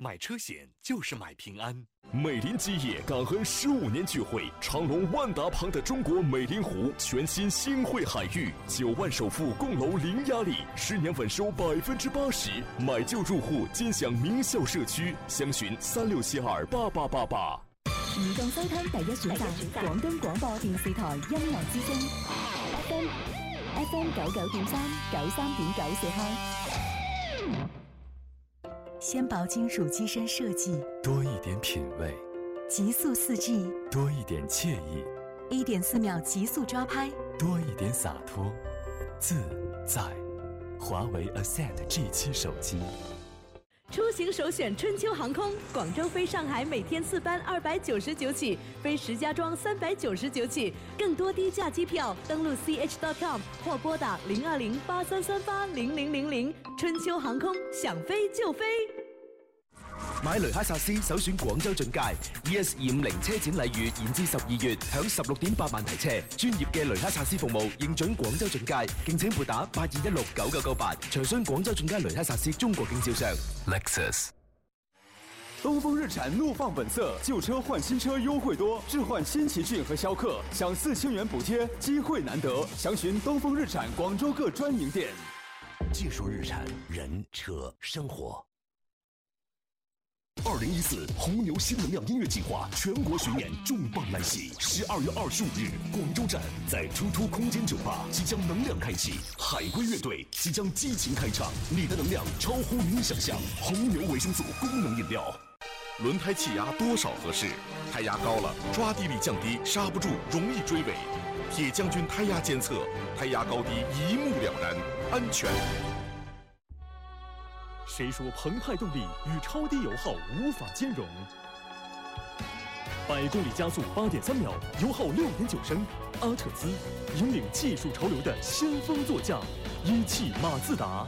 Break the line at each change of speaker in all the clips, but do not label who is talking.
买车险就是买平安。
美林基业感恩十五年聚会，长隆万达旁的中国美林湖全新新汇海域，九万首付共楼零压力，十年稳收百分之八十，买就入户尽享名校社区。详询三六七二八八八八。
現正收聽第一選擇廣東廣播電視台音樂之聲 FM FM 九九點三九三點九兆赫。
纤薄金屬機身設計，
多一點品味；
极速四 G，
多一點惬意；
一点四秒极速抓拍，
多一點灑脱，自在。華為 Ascend G7 手機。
出行首选春秋航空，广州飞上海每天次班二百九十九起，飞石家庄三百九十九起。更多低价机票，登录 ch.com 或拨打零二零八三三八零零零零。春秋航空，想飞就飞。
買雷克薩斯首選廣州進階，ES
E
二五零車展禮遇延至十二月，享十六點八萬提車，專業嘅雷克薩斯服務，認準廣州進階，敬請撥打八二一六九九九八，查詢廣州進階雷克薩斯中國經銷商。Lexus。
东风日产怒放本色，旧车换新车优惠多，置换新奇骏和逍客享四千元补贴，机会难得，详询东风日产广州各专营店。
技术日产，人车生活。
二零一四红牛新能量音乐计划全国巡演重磅来袭，十二月二十五日广州站在突突空间酒吧即将能量开启，海龟乐队即将激情开唱，你的能量超乎你想象，红牛维生素功能饮料。
轮胎气压多少合适？胎压高了，抓地力降低，刹不住，容易追尾。铁将军胎压监测，胎压高低一目了然，安全。
谁说澎湃动力与超低油耗无法兼容？百公里加速八点三秒，油耗六点九升，阿特兹引领技术潮流的先锋座驾，一汽马自达。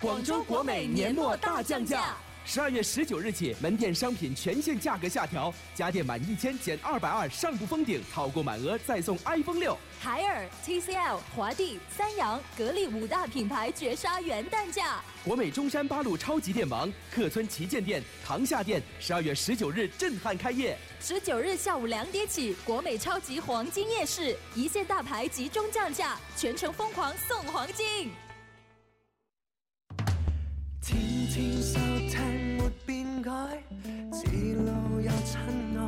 广州国美年末大降价，
十二月十九日起，门店商品全线价格下调，家电满一千减二百二，上不封顶，超过满额再送 iPhone 六。
海尔、TCL、华帝、三洋、格力五大品牌绝杀元旦价。
国美中山八路超级电王、客村旗舰店、塘厦店，十二月十九日震撼开业。
十九日下午两点起，国美超级黄金夜市，一线大牌集中降价，全城疯狂送黄金。
天天收聽沒變改，指路有親愛，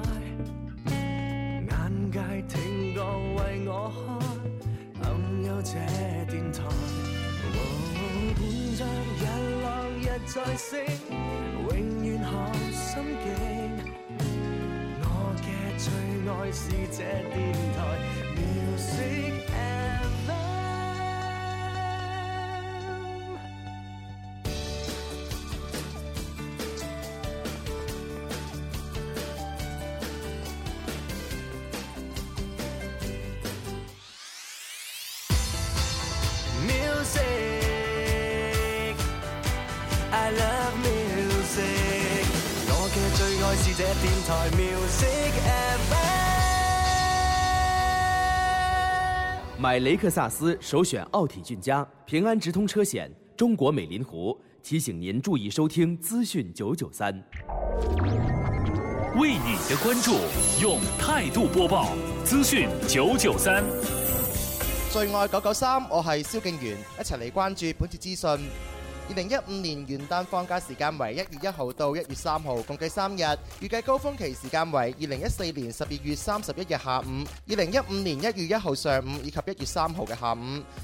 眼界挺覺為我開，暗有這電台。哦伴着日落日再升，永遠學心境。我嘅最愛是這電台，Music FM。
music. I love music. 我嘅最愛是這電台 music FM。
买雷克萨斯首选奥体骏加、平安直通车险、中国美林湖。提醒您注意收听资讯九九三。
为你的关注，用态度播报资讯九九三。
最愛九九三，我係蕭敬元，一齊嚟關注本次資訊。二零一五年元旦放假時間為一月一號到一月三號，共計三日。預計高峰期時間為二零一四年十二月三十一日下午、二零一五年一月一號上午以及一月三號嘅下午。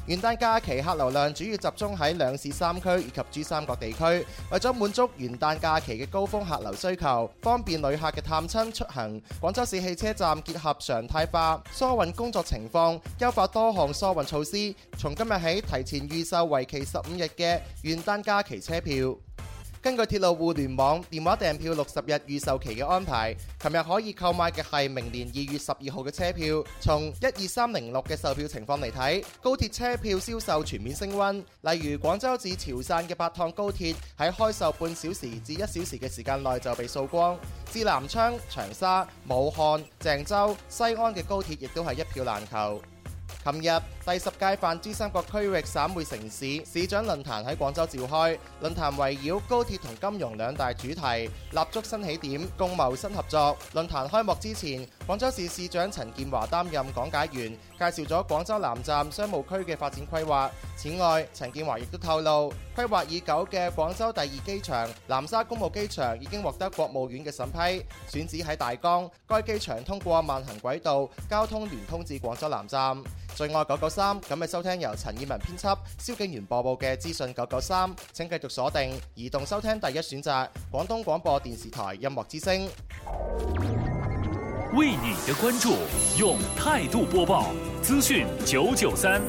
元旦假期客流量主要集中喺兩市三區以及珠三角地區。為咗滿足元旦假期嘅高峰客流需求，方便旅客嘅探親出行，廣州市汽車站結合常態化疏運工作情況，優化多項疏運措施，從今日起提前預售為期十五日嘅元旦假期車票。根據鐵路互聯網電話訂票六十日預售期嘅安排，琴日可以購買嘅係明年二月十二號嘅車票。從一二三零六嘅售票情況嚟睇，高鐵車票銷售全面升温。例如廣州至潮汕嘅八趟高鐵喺開售半小時至一小時嘅時間內就被掃光。至南昌、長沙、武漢、鄭州、西安嘅高鐵亦都係一票難求。琴日第十屆泛珠三角區域省會城市市長論壇喺廣州召開，論壇圍繞高鐵同金融兩大主題，立足新起點，共謀新合作。論壇開幕之前，廣州市市長陳建華擔任講解員，介紹咗廣州南站商務區嘅發展規劃。此外，陳建華亦都透露，規劃已久嘅廣州第二機場南沙公務機場已經獲得國務院嘅審批，選址喺大江。該機場通過慢行軌道交通聯通至廣州南站。最愛九九三，咁咪收聽由陳以文編輯、蕭敬元播報嘅資訊九九三。請繼續鎖定移動收聽第一選擇廣東廣播電視台音樂之聲。
为你的关注，用态度播报资讯九九三。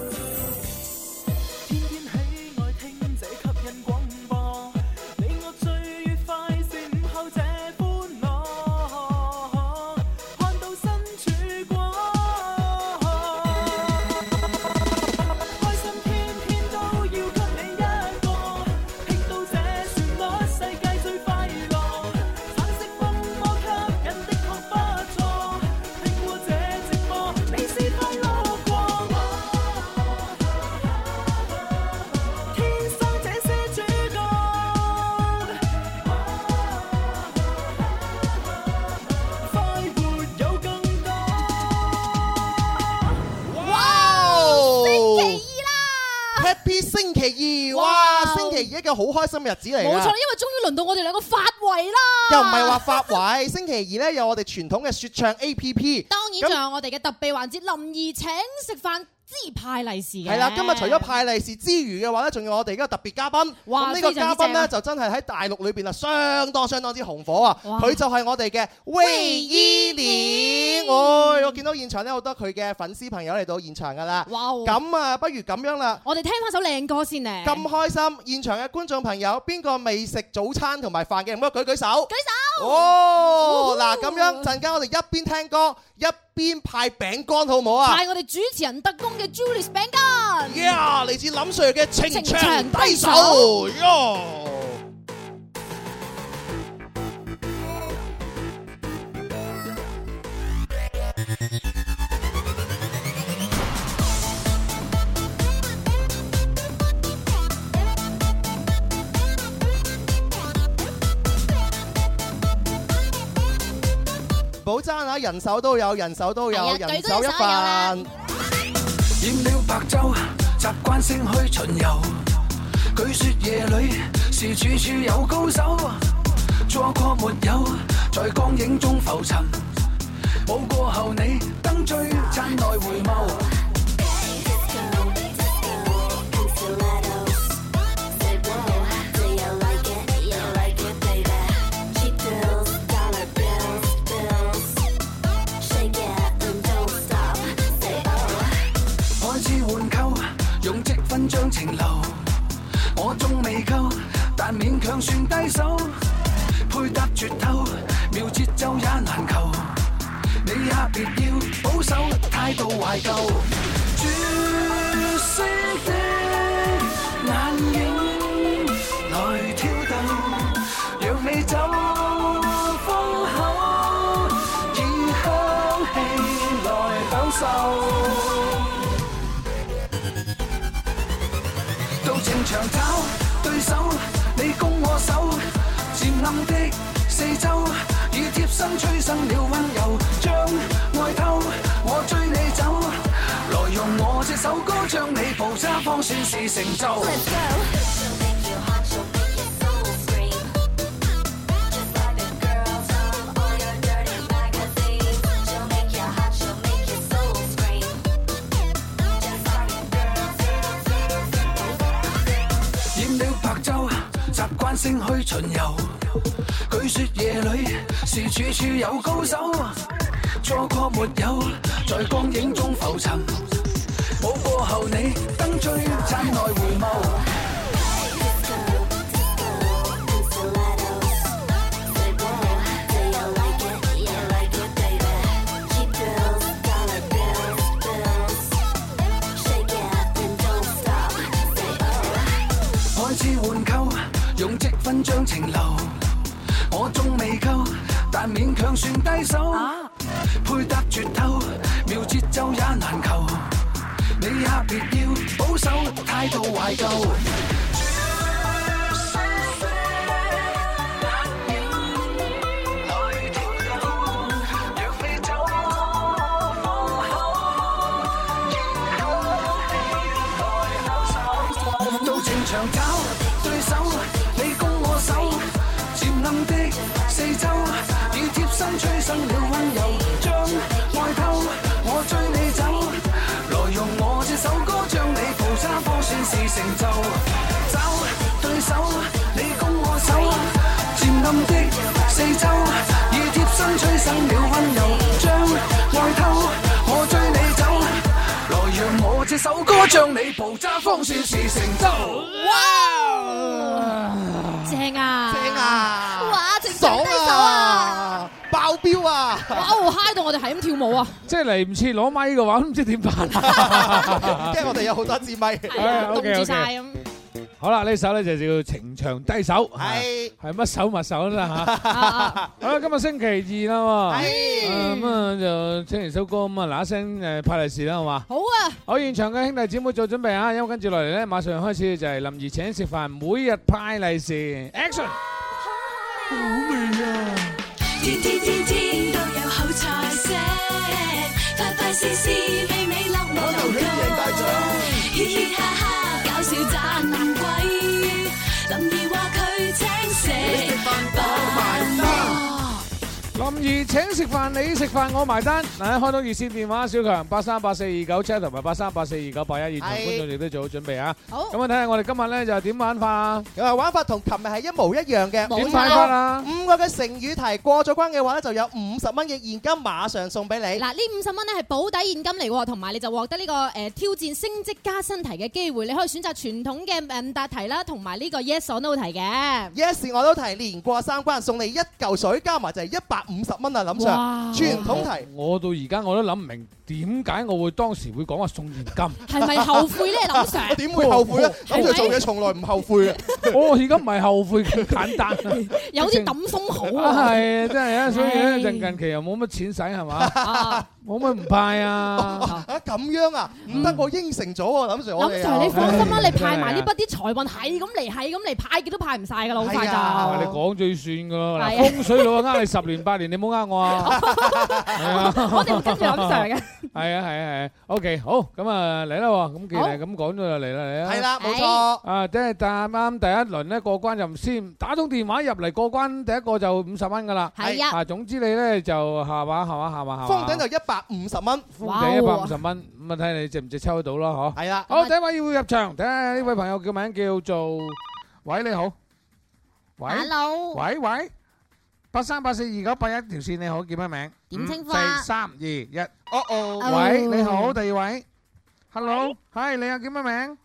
Happy 星期二，哇！星期二一個好開心嘅日子嚟
冇錯，因
啊！
為終於輪到我哋兩個發圍啦。
又唔係話發圍，星期二呢，有我哋傳統嘅説唱 A P P。
當然仲有我哋嘅特備環節，林兒請食飯之派利是嘅。
係啦，今日除咗派利是之餘嘅話咧，仲有我哋而家特別嘉賓。
哇
咁呢個
非常之
嘉賓
正啊
咧就真係喺大陸裏邊啊，相當相當之紅火啊！
哇
佢就係我哋嘅魏依蓮。哎，我見到現場咧好多佢嘅粉絲朋友嚟到現場㗎啦。
哇！哦
咁啊，不如咁樣啦。
我哋聽翻首靚歌先啊咧。
咁開心，現場嘅觀眾朋友，邊個未食早餐同埋飯嘅，唔該舉舉手。舉
手。
哦，嗱咁樣陣間我哋一邊聽歌一邊派餅乾，好唔好啊？
派我哋主持人特工嘅 Julius 餅乾。
Yeah，嚟自林 Sir 嘅情長低手。喲保爭啊！人手都有，人手都有，
係啊
人
舉高
手一
隻手有啦
份。
染了白昼，習慣性去巡遊。據說夜裏是處處有高手，錯過沒有，在光影中浮沉。舞過後你燈璀璨內回眸。oh. 看似換購，用積分將情流。我仲未夠，但勉強算低手。配搭絕透，妙節奏也難求。你也別要保守，態度懷舊。絕色的眼影來挑逗，讓你走風口，以香氣來享受。到情場找對手，你攻我守，漸暗的四周，已貼身催生了溫柔，將愛偷，我追你走，來用我這首歌將你步揸方算是成就。染了白晝，習慣性去巡遊。據說夜裏是處處有高手，錯過沒有，在光影中浮沉。舞過後你燈璀璨內回眸。看似換購，用積分將情流。我仲未夠，但勉強算低手。配搭絕透，妙節奏也難求。你也別要保守態度懷舊。到情場搞對手，你攻我守，漸暗的四周，已貼身催生了温柔，將愛偷，我追你走，來用我這首歌將你扶揸方算是成就。找對手，你攻我守，漸暗的四周，已貼身催生了温柔，將愛偷，我追你走，來讓我這首歌將你扶揸方算是成就。
正啊，
正啊，
哇，情
爽
緒低手啊！
啊，爆表啊！
哇，嗨到我哋係咁跳舞啊！
即係嚟唔切攞咪嘅話，都唔知點辦。驚
因為我哋有好多支咪，
凍住晒咁。
好啦，呢首咧就叫情長低手，係係乜手乜手啦嚇。好啦，今日星期二啦喎，
係
咁啊就聽完首歌咁啊嗱一聲誒派利是啦，好嘛？
好啊，
好，現場嘅兄弟姊妹做準備啊，因為跟住落嚟咧，馬上開始就係林兒請食飯，每日派利是，action！
好味啊！天天天天都有好菜色，快快事事美美樂無窮。嘻嘻哈哈搞笑盞鬼，林兒話佢請食飯。
林怡請食飯，你食飯我埋單。嗱，開通熱線電話，小強八三八四二九七同埋八三八四二九八一，現場
係
觀眾亦都做好準備啊！
好
咁啊睇下我哋今日咧就點玩法啊？
咁啊玩法同琴日係一模一樣嘅，
冇點玩法啊
五個嘅成語題過咗關嘅話咧，就有五十蚊嘅現金馬上送俾你。
嗱，呢五十蚊咧係保底現金嚟喎，同埋你就獲得呢個誒挑戰升職加薪題嘅機會，你可以選擇傳統嘅誒五答題啦，同埋呢個 yes or no 題嘅。
yes 我都提連過三關，送你一嚿水，加埋就係一百五十蚊啊！林
哇
Sir，傳統題。
我我到而家我都諗唔明點解我會當時會講話送現金，
係咪後悔呢林 Sir？
我點會後悔咧？
係咪
諗住做嘢從來唔後悔嘅。
我而家唔係後悔， 簡單。
有啲抌風好
啊，
啊！
哎
係啊，真係啊，所以咧
唉
近近期又冇乜錢使係嘛，
啊
冇乜唔派啊。
啊咁樣啊，唔得，我應承咗喎，林 Sir 我哋。
林 Sir，你放心啦，
唉
你派埋呢
真係啊
筆啲財運係咁嚟，係咁嚟派，幾都派唔晒噶啦，好快
係啊
你
就。
講最算噶咯，嗱
係啊
風水佬啊呃你十年八年，你冇呃我 啊。
我哋會跟住林 Sir 嘅。
係啊係啊係啊，OK 好，咁啊嚟啦喎，咁既然係咁講咗就嚟啦嚟啦。
係啦，冇錯。
啊，即係啱啱第一輪咧過關就唔先打通電話入嚟過關，第一個就五十蚊噶啦。
係啊
啊，總之你咧就下話下話下話下
封
話。
頂就一百五十蚊。
哇
頂一百五十蚊，咁啊睇你值唔值抽得到咯，嗬。
係啦，
好，第一位要入場，睇下呢位朋友叫名叫做，喂你好，喂
Hello
喂喂，八三八四二九八一條線你好，叫咩名？
點稱呼
五
啊
四三二一，哦
哦
喂你好，第二位，Hello，係你又叫咩名？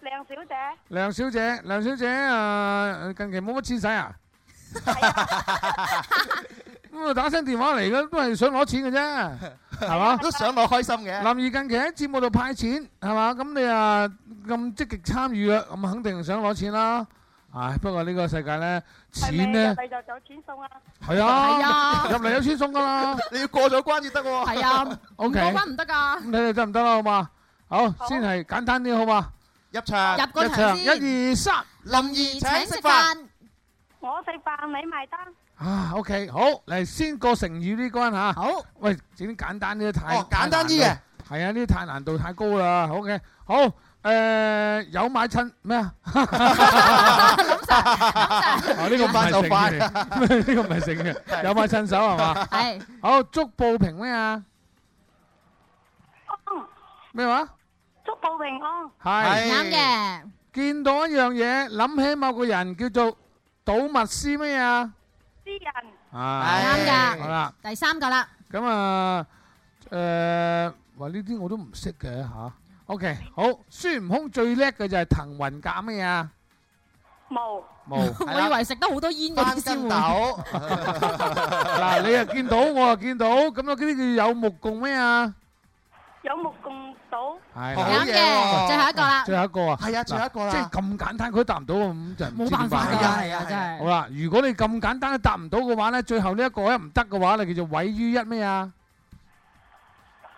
梁小姐，
梁小姐，梁小姐啊，近期冇乜錢使啊？咁啊，打聲電話嚟嘅，都係想攞錢嘅啫，係嘛？
都想攞開心嘅。
林怡近期喺節目度派錢，係嘛？咁你啊咁積極參與啦，咁肯定想攞錢啦。唉，不過呢個世界咧，錢咧
你就有錢送啊！
係
係
啊
啊，
入嚟有錢送噶啦。
你要過咗關至得喎。
係啊，唔
OK
過關唔得㗎。
咁你哋得唔得啦？好嘛？好，先係簡單啲好嘛？
入場
入個
一
場
場，
先
一二三。
林怡請食飯。，
我食飯你埋單，
啊，OK，好，嚟先過成語呢關嚇。好，喂，整啲簡單啲都太
哦簡單啲
太
嘅，
難啦係啊，呢啲太難度太高啦。OK，好，誒有買襯咩啊？哦，呢個唔係成語嚟， 呢個唔係成語，有買襯手係嘛？
係
好，足報平咩啊？咩話？
祝報平安。
係
啱。嘅。
見到一樣嘢，諗起某個人叫做睹物思咩啊？
私人
啊，
啱
好
㗎。
啦。
第三個啦，
咁啊，誒、話呢啲我都唔識嘅嚇。OK，好， 孫悟空最叻嘅就係騰雲駕咩 啊？
無
冇。
我以為食得好多煙嗰啲
翻
先
筋
會。
豆。
嗱，你又見到，我又見到，咁啊，呢啲叫有目共咩啊？
有目共睹，
係
好
啱
嘢喎
嘅，最後一個啦，
最後一個啊。
係啊，最後一個
嗱
啦。
即係咁簡單，佢都答唔到啊，咁就冇
冇辦法㗎，
係啊係
係
啊
啊，真
好
係。
啦，如果你咁簡單都答唔到嘅話咧，最後呢一個咧唔得嘅話咧，叫做毀於一咩啊？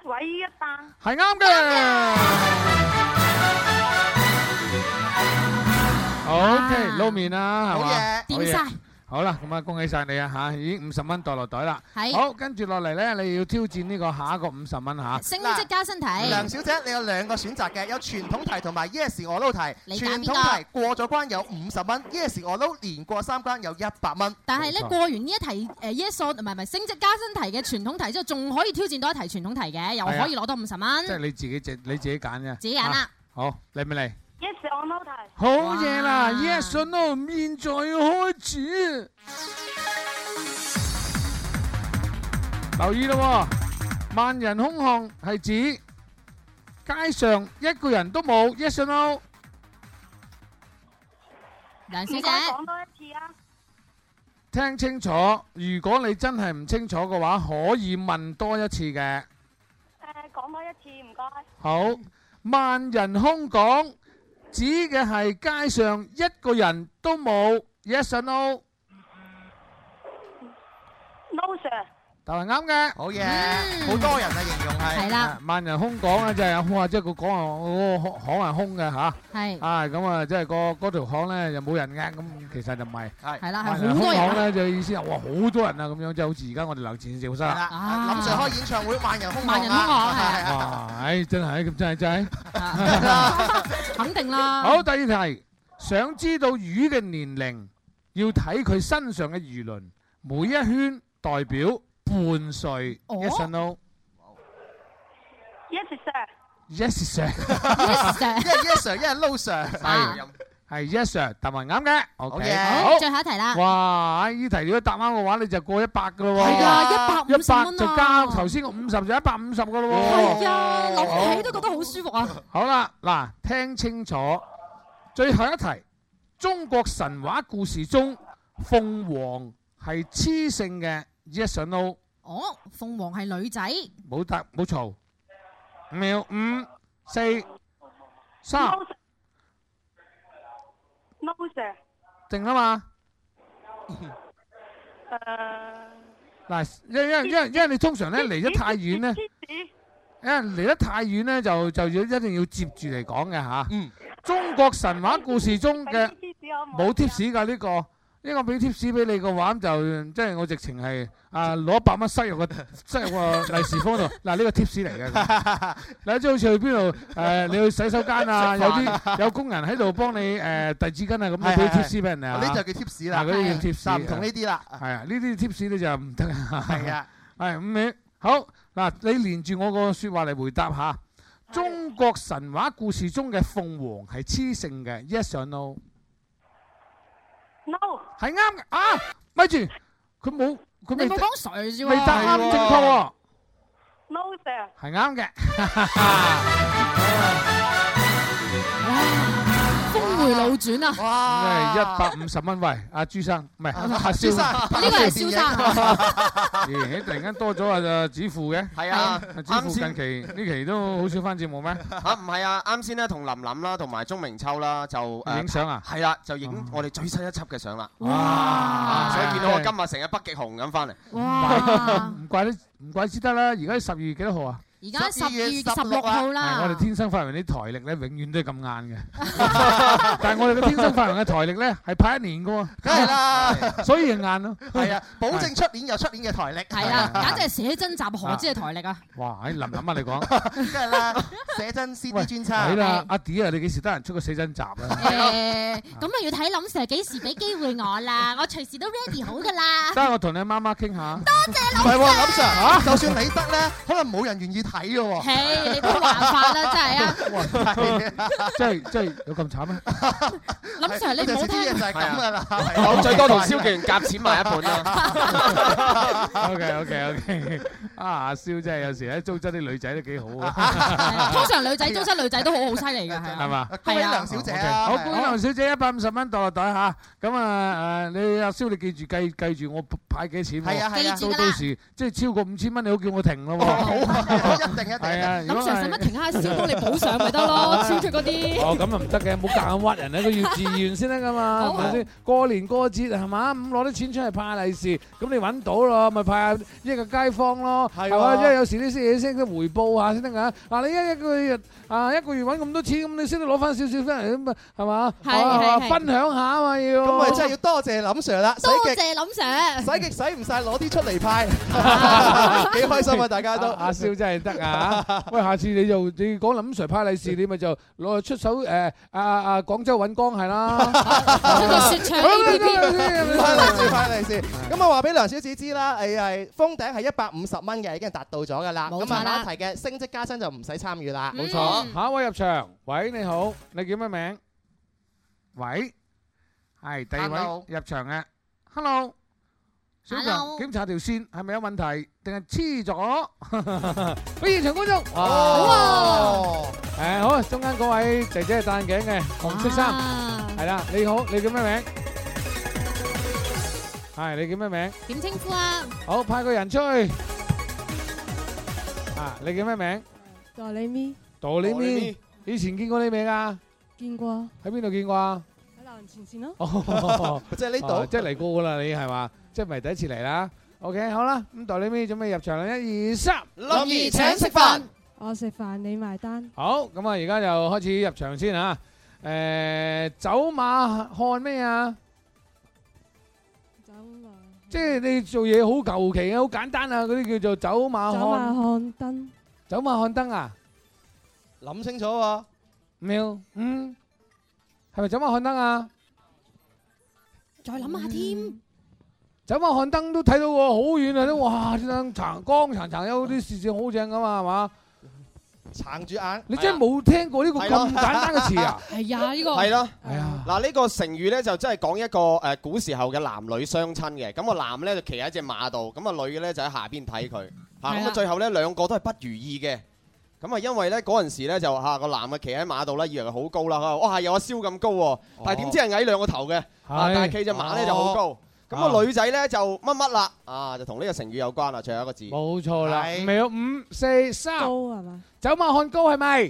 毀於一旦。
係啱嘅。OK，撈面啦，係
好
嘛
嘢？
好
掂晒
好啦，咁啊，恭喜晒你啊吓，已經五十蚊袋落袋啦。
係
好，跟住落嚟咧，你要挑戰呢個下一個五十蚊吓。
升職加薪題。
梁小姐，你有兩個選擇嘅，有傳統題同埋 Yes 我撈題。
你揀
傳
邊個
統題過咗關有五十蚊，Yes 我撈連過三關有一百蚊。
但係咧過完呢一題誒 yes or 唔係唔係升職加薪題嘅傳統題之後，仲可以挑戰到一題傳統題嘅，又
係啊
可以攞到五十蚊
即。係你自己隻，你自己揀啫。
自己揀啦
啊。好，嚟咪嚟？
Yes or no 題，
好嘢啦！Yes or no，現在開始。留意咯喎，萬人空巷係指街上一個人都冇。Yes or no？
梁
唔該講多一次啊！
聽清楚，如果你真係唔清楚嘅話，可以問多一次嘅。
誒，講多一次，唔該。
好，萬人空港指嘅係街上一個人都冇。Yes or no？
No sir，
答案啱嘅，
好嘢，好多人啊形容係。
係啦，
萬人空港咧就係哇，即係個港啊，嗰個巷係空嘅吓。
係
啊，咁啊，即係個嗰條巷咧就冇人嘅，咁其實就唔係。
係
係啦，
萬
係好多
人空
人
巷
啊。
咧就意思係哇好多人啊咁樣，即係好似而家我哋樓前小室
係啦，
啦。
啊林 Sir 開演唱會萬人空
啊萬人空巷
啊
係
係係
哇，唉，真係咁真係真係。
肯定啦。
好，第二題，想知道魚嘅年齡，要睇佢身上嘅魚鱗，每一圈代表半歲。Yes
哦
or no？Yes
Yes sir，
sir。
係 一係 Yes Sir，一係啊 No
啊
Sir。
係係 yes sir，答埋啱嘅。O
好
K，好，
最後一題啦
哇，呢題如果答啱嘅話，你就過一百噶咯喎。
係啊
一
150
百
蚊啊
就加頭先個五十就一百五十噶咯喎。
係啊，諗起都覺得好舒服啊！
好啦，嗱，聽清楚，最後一題，中國神話故事中鳳凰係雌性嘅，yes or no？
哦，鳳凰係女仔，
冇答冇嘈，五秒五四三
No sir，No sir，
定啦嘛。
誒，
嗱，因因因為因為你通常咧離得太遠咧，因為離得太遠咧就就要一定要接住嚟講嘅吓。嗯，中國神話故事中嘅冇 tips 㗎呢個，呢個俾 tips 俾你嘅話就即係我直情係啊攞一百蚊塞入個 塞入個利是封度。嗱呢個 tips 嚟嘅，嗱即係好似去邊度誒你去洗手間啊，
食飯
有啲有工人喺度幫你誒遞紙巾啊咁，你
係
俾
係係
tips 俾人哋啊。
呢就叫 tips 啦
嗱嗰啲叫
係
tips，
就唔同呢啲啦
係啊，呢啲 tips 咧就唔得啊。
係啊。
係五秒。好嗱，你連住我個説話嚟回答下。中國神話故事中嘅鳳凰係雌性嘅，yes or no？
No，
係啱嘅啊！咪住，佢冇佢未
你冇講誰啫喎
未答啱正確喎，
No sir，
係啱嘅。
峰回路轉啊！
哇！一百五十蚊喂，阿朱生唔係
啊
阿蕭，
朱生呢個係蕭生
咦突然間多咗阿呃子富嘅，
係啊
子富
啱
近
先
期呢期都好少翻節目咩？
啊，唔係啊，啱先咧同林林啦，同埋鐘明秋啦，就誒
影相啊
係啦，就影我哋最新一輯嘅相啦。
哇
啊所以見到我今日成日北極熊咁翻嚟。
哇！唔怪得，唔怪之得啦。而家十二月幾多號啊？
而家十二
12
月
月
十六
16
號啦，
係我哋天生發明啲台力咧，永遠都係咁硬嘅。但係我哋嘅天生發明嘅台力咧，係派一年嘅喎。
梗係啦，
所以就硬咯。啊
係啊，保證出年有出年嘅台啊歷。
係啦，啊簡直係寫真集何止係台歷啊！
哇！唉，林林啊，你講。
梗係啦，寫真 CD 專輯。
係啦，阿 D 啊，你幾時得閒出個寫真集啊？
誒，咁啊要睇林 Sir 幾時俾機會我啦，我隨時都 ready 好噶啦。
得，我同你媽媽傾 下。
啊
唔係喎，林 Sir，就算你得咧，可能冇人願意睇嘅喎。
嘿你都冇辦法啦真係啊
啊！
真係真係有咁慘咩？
林 Sir，你唔好聽
啲嘢就係咁噶啦。
我最多同蕭
敬夾錢買一本 啦
OK OK OK，啊阿蕭真係有時咧糟質啲女仔都幾好 啊。
通常女仔糟質女仔都好好犀利㗎，係啊
係嘛？
恭喜梁小姐啊！
好，恭喜梁小姐一百五十蚊袋落袋嚇。咁啊誒，你阿蕭，你記住計計住我派幾錢喎。
係啊係啊記住㗎
到到
啦
時即係超過五千蚊，你好叫我停咯喎。
一定一
係啊，
定。
如果係
燒高你補上咪得咯，超脱嗰啲。
哦，咁啊唔得嘅，唔好夾硬屈人啊，佢要自願先得噶嘛，係咪先？過年過節係嘛，咁攞啲錢出嚟派利是，咁你揾到咯，咪派下一個街坊咯，係嘛？
喎
因為有時啲嘢先得回報下先得㗎。嗱，你一一個月啊一個月揾咁多錢，咁你先得攞翻少少翻嚟咁啊，係嘛？
係
啊
係係
分享下啊嘛要。
咁咪真係要多謝林 Sir 啦，使極
多謝林 Sir
使極使唔晒，攞啲出 嚟派，幾開心啊！大家都
阿阿蕭真係得 啊！喂，下次你就你講林 Sir 派利是，你咪就攞出手誒啊啊廣州揾光係 啦，出
個雪
場
場
APP
派利是派利是，咁啊話俾梁小姐知啦，誒係封頂係一百五十蚊嘅，已經達到咗㗎啦。
冇錯
咁啊，
啦嗯
啱提嘅升職加薪就唔使參與啦。
冇錯，下一位入場，喂你好，你叫咩名？喂，係第二位
Hello
入場嘅，Hello，小強
Hello
檢查條線係咪有問題，定係黐 咗？俾現場觀眾，
哦，，
誒好，中間嗰位姐姐係戴眼鏡嘅，紅色衫，係啦，你好，你叫咩名？係你叫咩名？
點稱呼啊？
好，派個人出去。啊，你叫咩名？
代理咪
杜你
杜你
咪
咪，
以前見過你未㗎？
見過
喺 邊度見過啊？
喺流行前線咯。
哦
即係呢度
哦即係嚟過㗎啦，你係嘛？即係唔係第一次嚟啦？OK，好啦，咁杜你咪準備入場啦，一二三，
林兒請食飯，我食飯你埋單。
好，咁啊，而家就開始入場先啊。誒，走馬看咩啊？
走馬
即係你做嘢好求其啊，好簡單啊，嗰啲叫做走馬
走
看。
馬看燈，
走馬看燈啊？
諗清楚喎，
喵，嗯，係咪走馬看燈啊？
再諗下添。
走馬看燈都睇到個好遠啊！都哇，啲燈殘光殘殘，有啲視線好正噶嘛，係嘛？
撐住眼。
你真係冇聽過呢個咁簡單嘅詞 啊！
係啊，呢個。
係咯，嗱呢個成語咧就真係講一個誒古時候嘅男女相親嘅，咁個男咧就騎喺只馬度，咁個女嘅咧就喺下邊睇佢，嚇
係
咁
啦
啊最後咧兩個都係不如意嘅，咁啊因為咧嗰陣時咧就嚇個男啊嘅騎喺馬度咧以為佢好高啦，佢話哇有阿蕭咁高喎，但係點知係矮兩個頭嘅，啊但係騎只馬咧就好高
哦，
咁個女仔咧就乜乜啦，啊就同呢個成語有關啦，最後一個字，
冇錯啦，秒五四三，高係嘛？走馬看高係咪？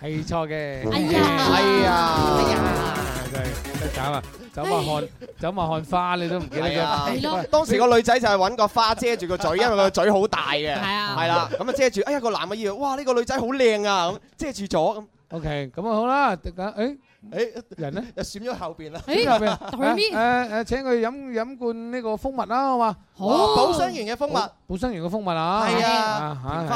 係錯嘅。哎呀！
係啊！
真係真係慘啊！走馬看走馬看花，你都唔記得
係啊
咗。，
當時個女仔就係揾個花遮住個嘴，因為佢個嘴好大嘅，係
啊
啦，咁啊遮住，哎呀個男嘅以為，哇呢個女仔好靚啊，咁遮住咗咁。
OK，咁啊好啦，突然間，誒
誒
人 咧？
又閃咗後 邊啦。
邊入邊啊？
代理咪
誒誒誒請佢飲飲罐呢個蜂蜜啦，好嘛？
好寶生園嘅蜂蜜
好寶生園嘅潤啊
係啊
啊嚇係咁啦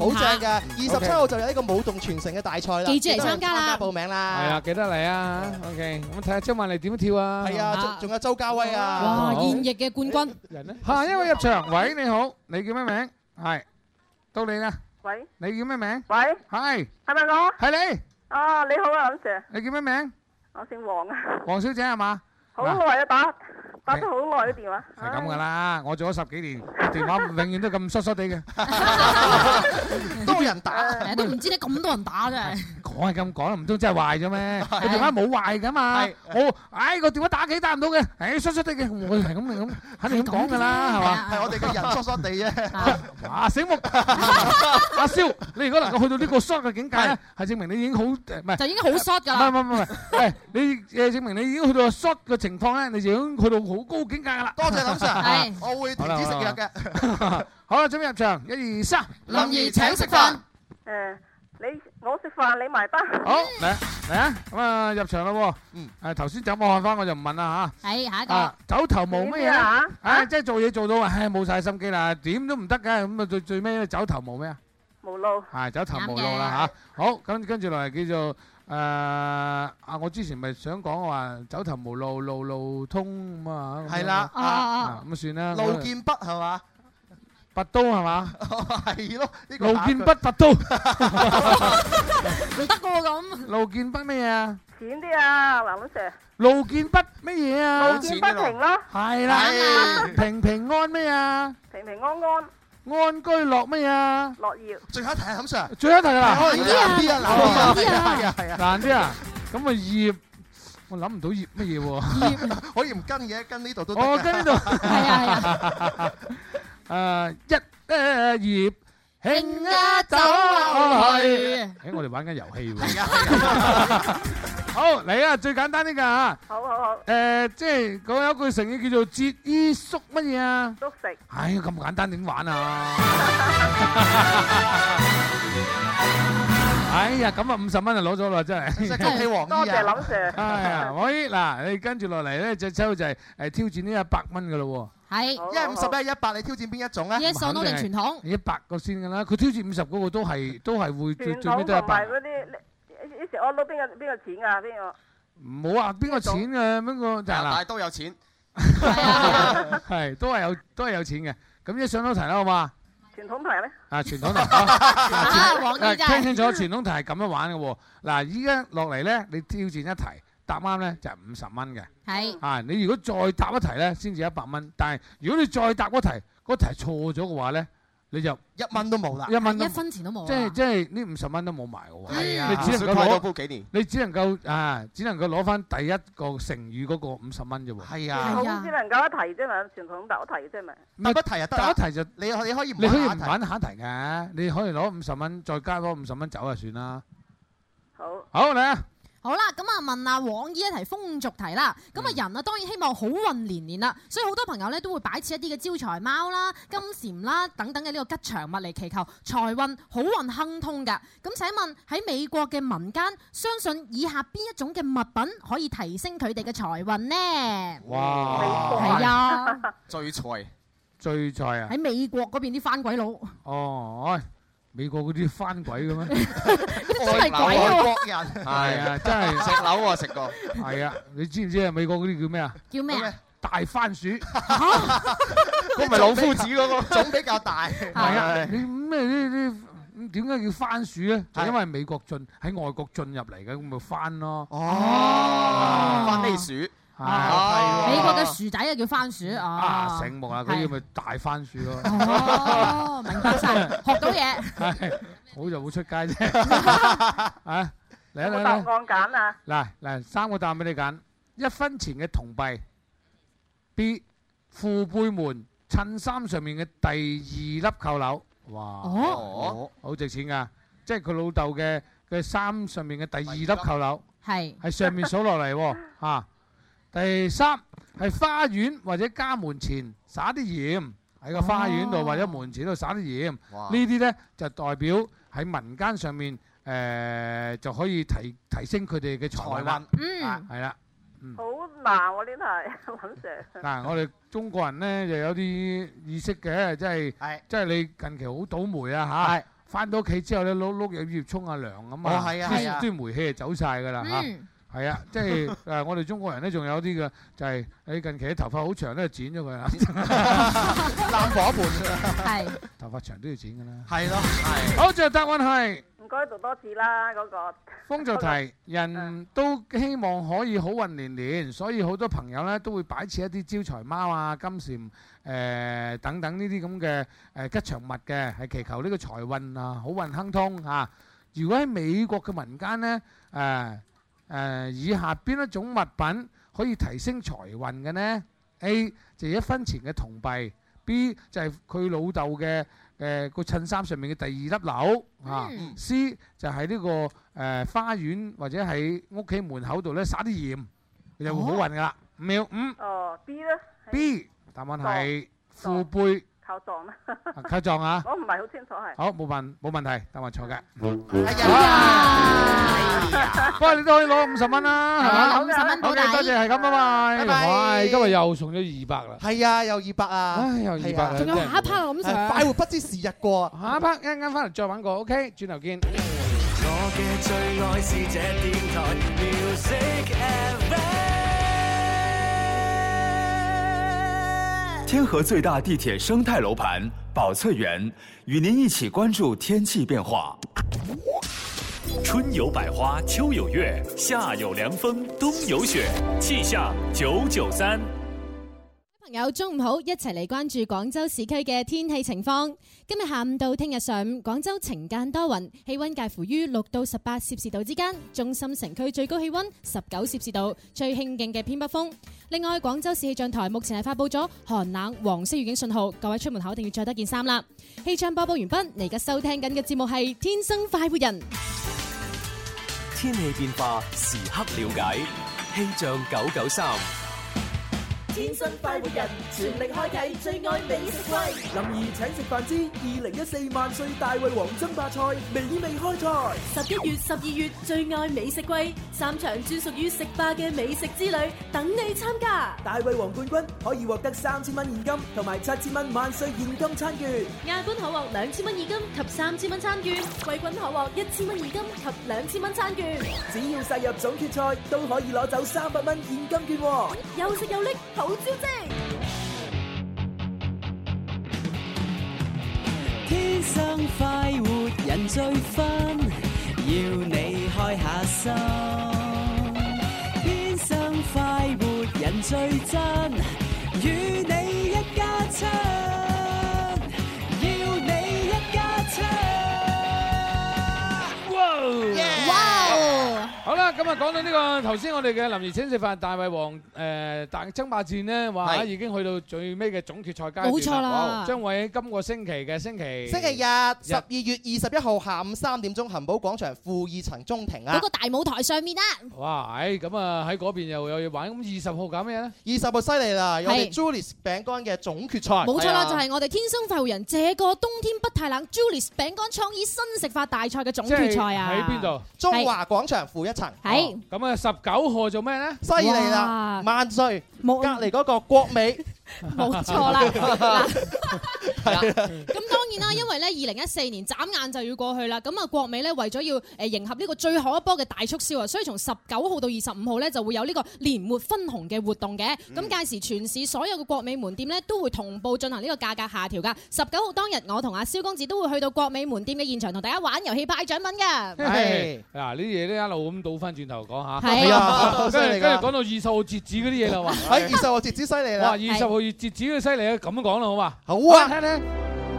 好正㗎。二十七
OK
號就有一個舞動傳承嘅大賽啦，
記住嚟參加啦
記得嚟參加報名啦。
係啦，記得嚟啊！OK，咁睇 à, 下張曼麗點跳啊！
係啊，仲仲有周家威啊。
哇，現役嘅冠軍。
下一位入場，喂，你好，你叫咩名？係到你啦，
喂，
你叫咩名？
喂，
係
係咪我？
係你，
啊，你好啊，林 Sir，
你叫咩名？
Ờ,
我姓黃啊，
黃小姐係嘛？
好
嗱
耐啊，打打咗好耐嘅電話。
係咁噶啦，我做咗十幾年，電話永遠都咁疏疏地嘅。
多人打，都唔知你咁多人打真係。
講係咁講，唔通真係壞咗咩？個電話冇壞噶嘛
係，
我唉個電話打幾打唔到嘅，唉疏疏地嘅，我係咁係咁，肯定咁講噶啦，係嘛？
係我哋嘅人疏疏地啫。
哇！醒目，阿蕭，你如果能夠去到呢個 short 嘅境界咧，係證明你已經好誒唔係
就已經好 short 㗎啦
唔係唔係唔係，誒你誒證明你已經去到 short 嘅情況咧，你就已經去到好高境界㗎啦。
多謝林 Sir，À,
係
我會停止食藥嘅。
好啦，準備入場，一二三，
林兒請食飯。
誒，你我食飯你埋單。
好嚟嚟啊！咁啊入場啦喎。嗯。誒頭先走我看翻我就唔問啦嚇。
係
À.
下一
啊
個。，
走頭毛乜嘢
你咩啊
啊？唉，即係做嘢做到唉冇晒心機啦，點都唔得嘅，咁啊最最尾走頭毛咩啊？
無路。
係走頭無路啦嚇。好，咁跟住落嚟叫做誒啊！我之前咪想講話走頭無路，路路通咁啊。咁樣
係啦啊
啊咁啊算啦。
路見筆係嘛？
拔刀係嘛？
係咯，呢個
路
打
見不
佢
拔 刀。
唔得喎咁。
路見不乜嘢啊？
淺啲啊，林 Sir。
路見不乜嘢啊？
路見不平咯。
係啦，平平安咩啊？
平平安安，
安居樂咩啊？
落葉。
最後一題啊，林 Sir。
最後一題啦，
難啲啊難啲啊難啲啊係啊係啊
難啲啊！咁啊葉我諗唔到葉乜嘢喎。
可以唔跟嘅，跟呢度都得㗎。
我跟呢度 啊，一誒葉
慶
啊走
啊
去。誒，我哋玩緊遊戲喎。好嚟啊，最簡單呢個啊。
好好好，
誒，即係講有一句成語叫做節衣縮乜嘢啊？
都食。
唉，咁簡單點玩啊？哎呀，咁啊五十蚊就攞咗啦，真係。
真係恭喜黃姨啊多謝林 Sir
哎呀，喂，嗱，你跟住落嚟咧，隻抽就係誒挑戰呢一百蚊嘅咯
係，
一係五十，一係一百，你挑戰邊一種咧
喎。Yes or no 定傳統？
一百個先㗎啦，佢挑戰五十嗰個都係都係會最
傳
最尾
統
都係
同
一
埋
百。
嗰啲，你以前我攞邊個邊個錢啊？邊個？
唔好話邊個錢啊，邊個就係
但係
嗱，
都有錢。
係都係有都係有錢嘅。咁一上到題啦，好嘛？
傳統牌咧？
啊，傳統題，啊
黃
嗱
姨真係
聽清楚，傳統題係咁樣玩嘅喎。嗱，依家落嚟咧，你挑戰一題，答啱咧就係五十蚊嘅。
係
啊，你如果再答一題咧，先至一百蚊。但係如果你再答嗰題，嗰題錯咗嘅話咧，你就
一蚊都冇啦
一
一蚊都
分錢都冇啊。
即係即係呢五十蚊都冇埋嘅喎。
係啊
你只能
所以派
夠
到
攞
煲幾年
你只能夠啊，只能夠攞翻第一個成語嗰個五十蚊啫喎。係
啊
傳
啊
統只能夠一題啫嘛，傳統答一題啫嘛。
答一題就得，答一題就
你可你可以唔
你可以
玩
唔玩下一題嘅，你可以攞五十蚊，再加多五十蚊走就算啦。
好。
好嚟啊！
好啦，咁啊問阿黃姨一題風俗題啦。咁
嗯
啊人啊當然希望好運連連啦，所以好多朋友咧都會擺設一啲嘅招財貓啦、金蟬啦等等嘅呢個吉祥物嚟祈求財運好運亨通㗎。咁請問喺美國嘅民間，相信以下邊一種嘅物品可以提升佢哋嘅財運呢？
哇
係啊，
聚財。
聚財啊！
喺美國嗰邊啲翻鬼佬，
哦，哎美國嗰啲翻鬼嘅咩？
真係
啊
鬼喎，
人
係啊，真係
食樓啊，食過。
係啊，你知唔知啊？美國嗰啲叫咩啊？
叫咩啊？
大番薯。
嗰唔係老夫子嗰個
總比較大。
係啊，你咩呢呢？咁點解叫番薯啊咧？就因為美國進喺外國進入嚟嘅，咁咪番咯。哦
番呢薯。
係
美國嘅薯仔啊叫番薯
啊，
啊，
醒目啊！嗰啲
係
咪大番薯咯。
哦，明白 晒，學到嘢。
係好就好出 街啫。啊，嚟
有冇
啊嚟
答
啊
案揀啊？
嚟嗱嗱，三個答案俾你揀：一分錢嘅銅幣，B 父輩們襯衫上面嘅第二粒扣鈕，哇！
哦，
好值錢㗎，即係佢老豆嘅嘅衫上面嘅第二粒扣鈕。
係
喺上面數落嚟喎啊！第三係花園或者家門前撒啲鹽喺個花園度或者門前度撒啲鹽，呢
哇
啲呢就代表喺民間上面誒、呃就可以提提升佢哋嘅財運啦。
運嗯
À.
啊係啦。
好難喎 呢題，林 Sir。
嗱，我哋中國人咧就有啲意識嘅，即係即係你近期好倒霉啊嚇，翻到屋企之後咧碌碌入葉沖下涼咁啊，
哦係啊係啊
啲啲煤氣就走晒㗎啦
嗯
嚇。係啊，即 係誒，我哋中國人咧仲有啲嘅，就係你近期啲頭髮好長咧，剪咗佢啊，
攬火
盤。
係頭髮長都要剪㗎啦。
係咯，
係。好，就答案係。
唔該讀多次啦，嗰個。
風俗題，人都希望可以好運連連，所以好多朋友咧都會擺設一啲招財貓啊、金蟬誒、呃等等呢啲咁嘅誒吉祥物嘅，係祈求呢個財運啊、好運亨通啊。如果喺美國嘅民間咧，誒、呃、呃以下邊一種物品可以提升財運嘅呢 a 就係一分錢嘅銅幣，B 就係佢老豆嘅誒個襯衫上面嘅第二粒紐啊、
嗯
c 就喺呢、個誒、呃花園或者喺屋企門口度咧撒啲鹽，你就會好運噶啦。五秒五
哦，B 咧。
B 答案係父輩
靠撞啦。
靠撞啊
我唔係好清楚係。
好冇問冇問題，答案錯嘅。
呀
不過你都可以攞五
Ờ.
十蚊啦，係嘛？
好嘅好嘅好
好
嘅
嘅，多謝，係咁，拜拜。
拜拜
喂，今日又送咗二百啦。
係啊，又二百啊，
唉，又二百啦。
仲有
真係
下一 part 啊咁 Sir 係快活不知時日過。
下一 part 一陣間翻嚟再玩過，OK，轉頭見。
我嘅最愛是這電台 Music FM。
天河最大地铁生态楼盘宝翠园，与您一起关注天气变化。
春有百花，秋有月，夏有凉风，冬有雪。气象九九三。
朋友中午好，一齊嚟關注廣州市區嘅天氣情況。今日下午到聽日上午，廣州晴間多雲，氣温介乎於六到十八攝氏度之間，中心城區最高氣温十九攝氏度，最興勁嘅偏北風。另外，廣州市氣象台目前係發布咗寒冷黃色預警信號，各位出門口一定要着得件衫啦。氣象播報完畢，你而家收聽緊嘅節目係《天生快活人》。
天氣變化時刻了解，氣象九九三。
天生快活人，全力開啟最愛美食季。林兒請食飯之二零一四萬歲大胃王爭霸賽美味開賽，
十一月、十二月最愛美食季，三場專屬於食霸嘅美食之旅等你參加。
大胃王冠軍可以獲得三千蚊現金同埋七千蚊萬歲現金餐券。
亞軍可獲兩千蚊現金及三千蚊餐券，季軍可獲一千蚊現金及兩千蚊餐券。
只要殺入總決賽，都可以攞走三百蚊現金券喎。
有食有力，好招積。
天生快活人最 fun，要你開下心。天生快活人最真，與你一家親，要你一家親。
好啦，咁啊講到呢個頭先我哋嘅林兒請食飯大胃王誒大爭霸戰呢，哇
係
已經去到最尾嘅總決賽階段啦，
冇錯啦
哇將會喺今個星期嘅星期
星期日 à, 十
Dạ.
二月二十一號下午三點鐘，恒寶廣場負二層中庭啊
嗰個！大舞台上面啊，
哇，唉咁啊喺嗰邊又有嘢玩，咁二十號搞咩咧？
二十號犀利啦，有我哋
係
Julius 餅乾嘅總決賽，
冇錯啦，就
啊
係我哋天生快活人這個冬天不太冷 Julius 餅乾創意新食法大賽嘅總決賽啊！
喺邊度？
中華廣場負一層。
係
哦。咁啊，十九號做咩咧？
犀利啦！萬歲！隔離嗰個國美，
冇錯啦嗱
係啊啦
咁當然啦，因為咧二零一四年眨眼就要過去啦。咁啊，國美咧為咗要誒迎合呢個最後一波嘅大促銷啊，所以從十九號到二十五號咧就會有呢個年末分紅嘅活動嘅。咁屆時全市所有嘅國美門店咧都會同步進行呢個價格下調噶。十九號當日，我同阿蕭公子都會去到國美門店嘅現場同大家玩遊戲派獎品 㗎。
係嗱，呢啲嘢咧一路咁倒翻轉頭講下，
係啊
跟住
犀
跟
利㗎
住講到二十號截止嗰啲嘢 啦嘛，
喺二十號截止犀利
哇，
啦！
二十號截止嘅犀利啊，咁講啦好嘛？
好
啊，聽聽。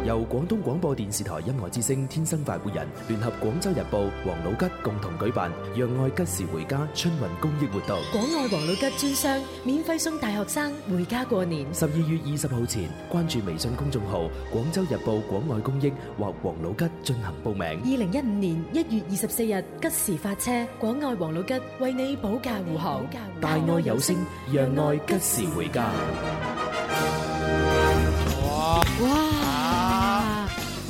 由廣東廣播電視台音樂之聲《天生快活人》聯合廣州日報、黃老吉共同舉辦「讓愛吉時回家」春運公益活動。
廣愛黃老吉專箱免費送大學生回家過年。
十二月二十號前，關注微信公眾號《廣州日報廣愛公益》或黃老吉進行報
二
名。
零一五年一月二十四日吉時發車，廣愛黃老吉為你保駕護航。
大愛有聲，讓愛吉時回家。
哇！
哇！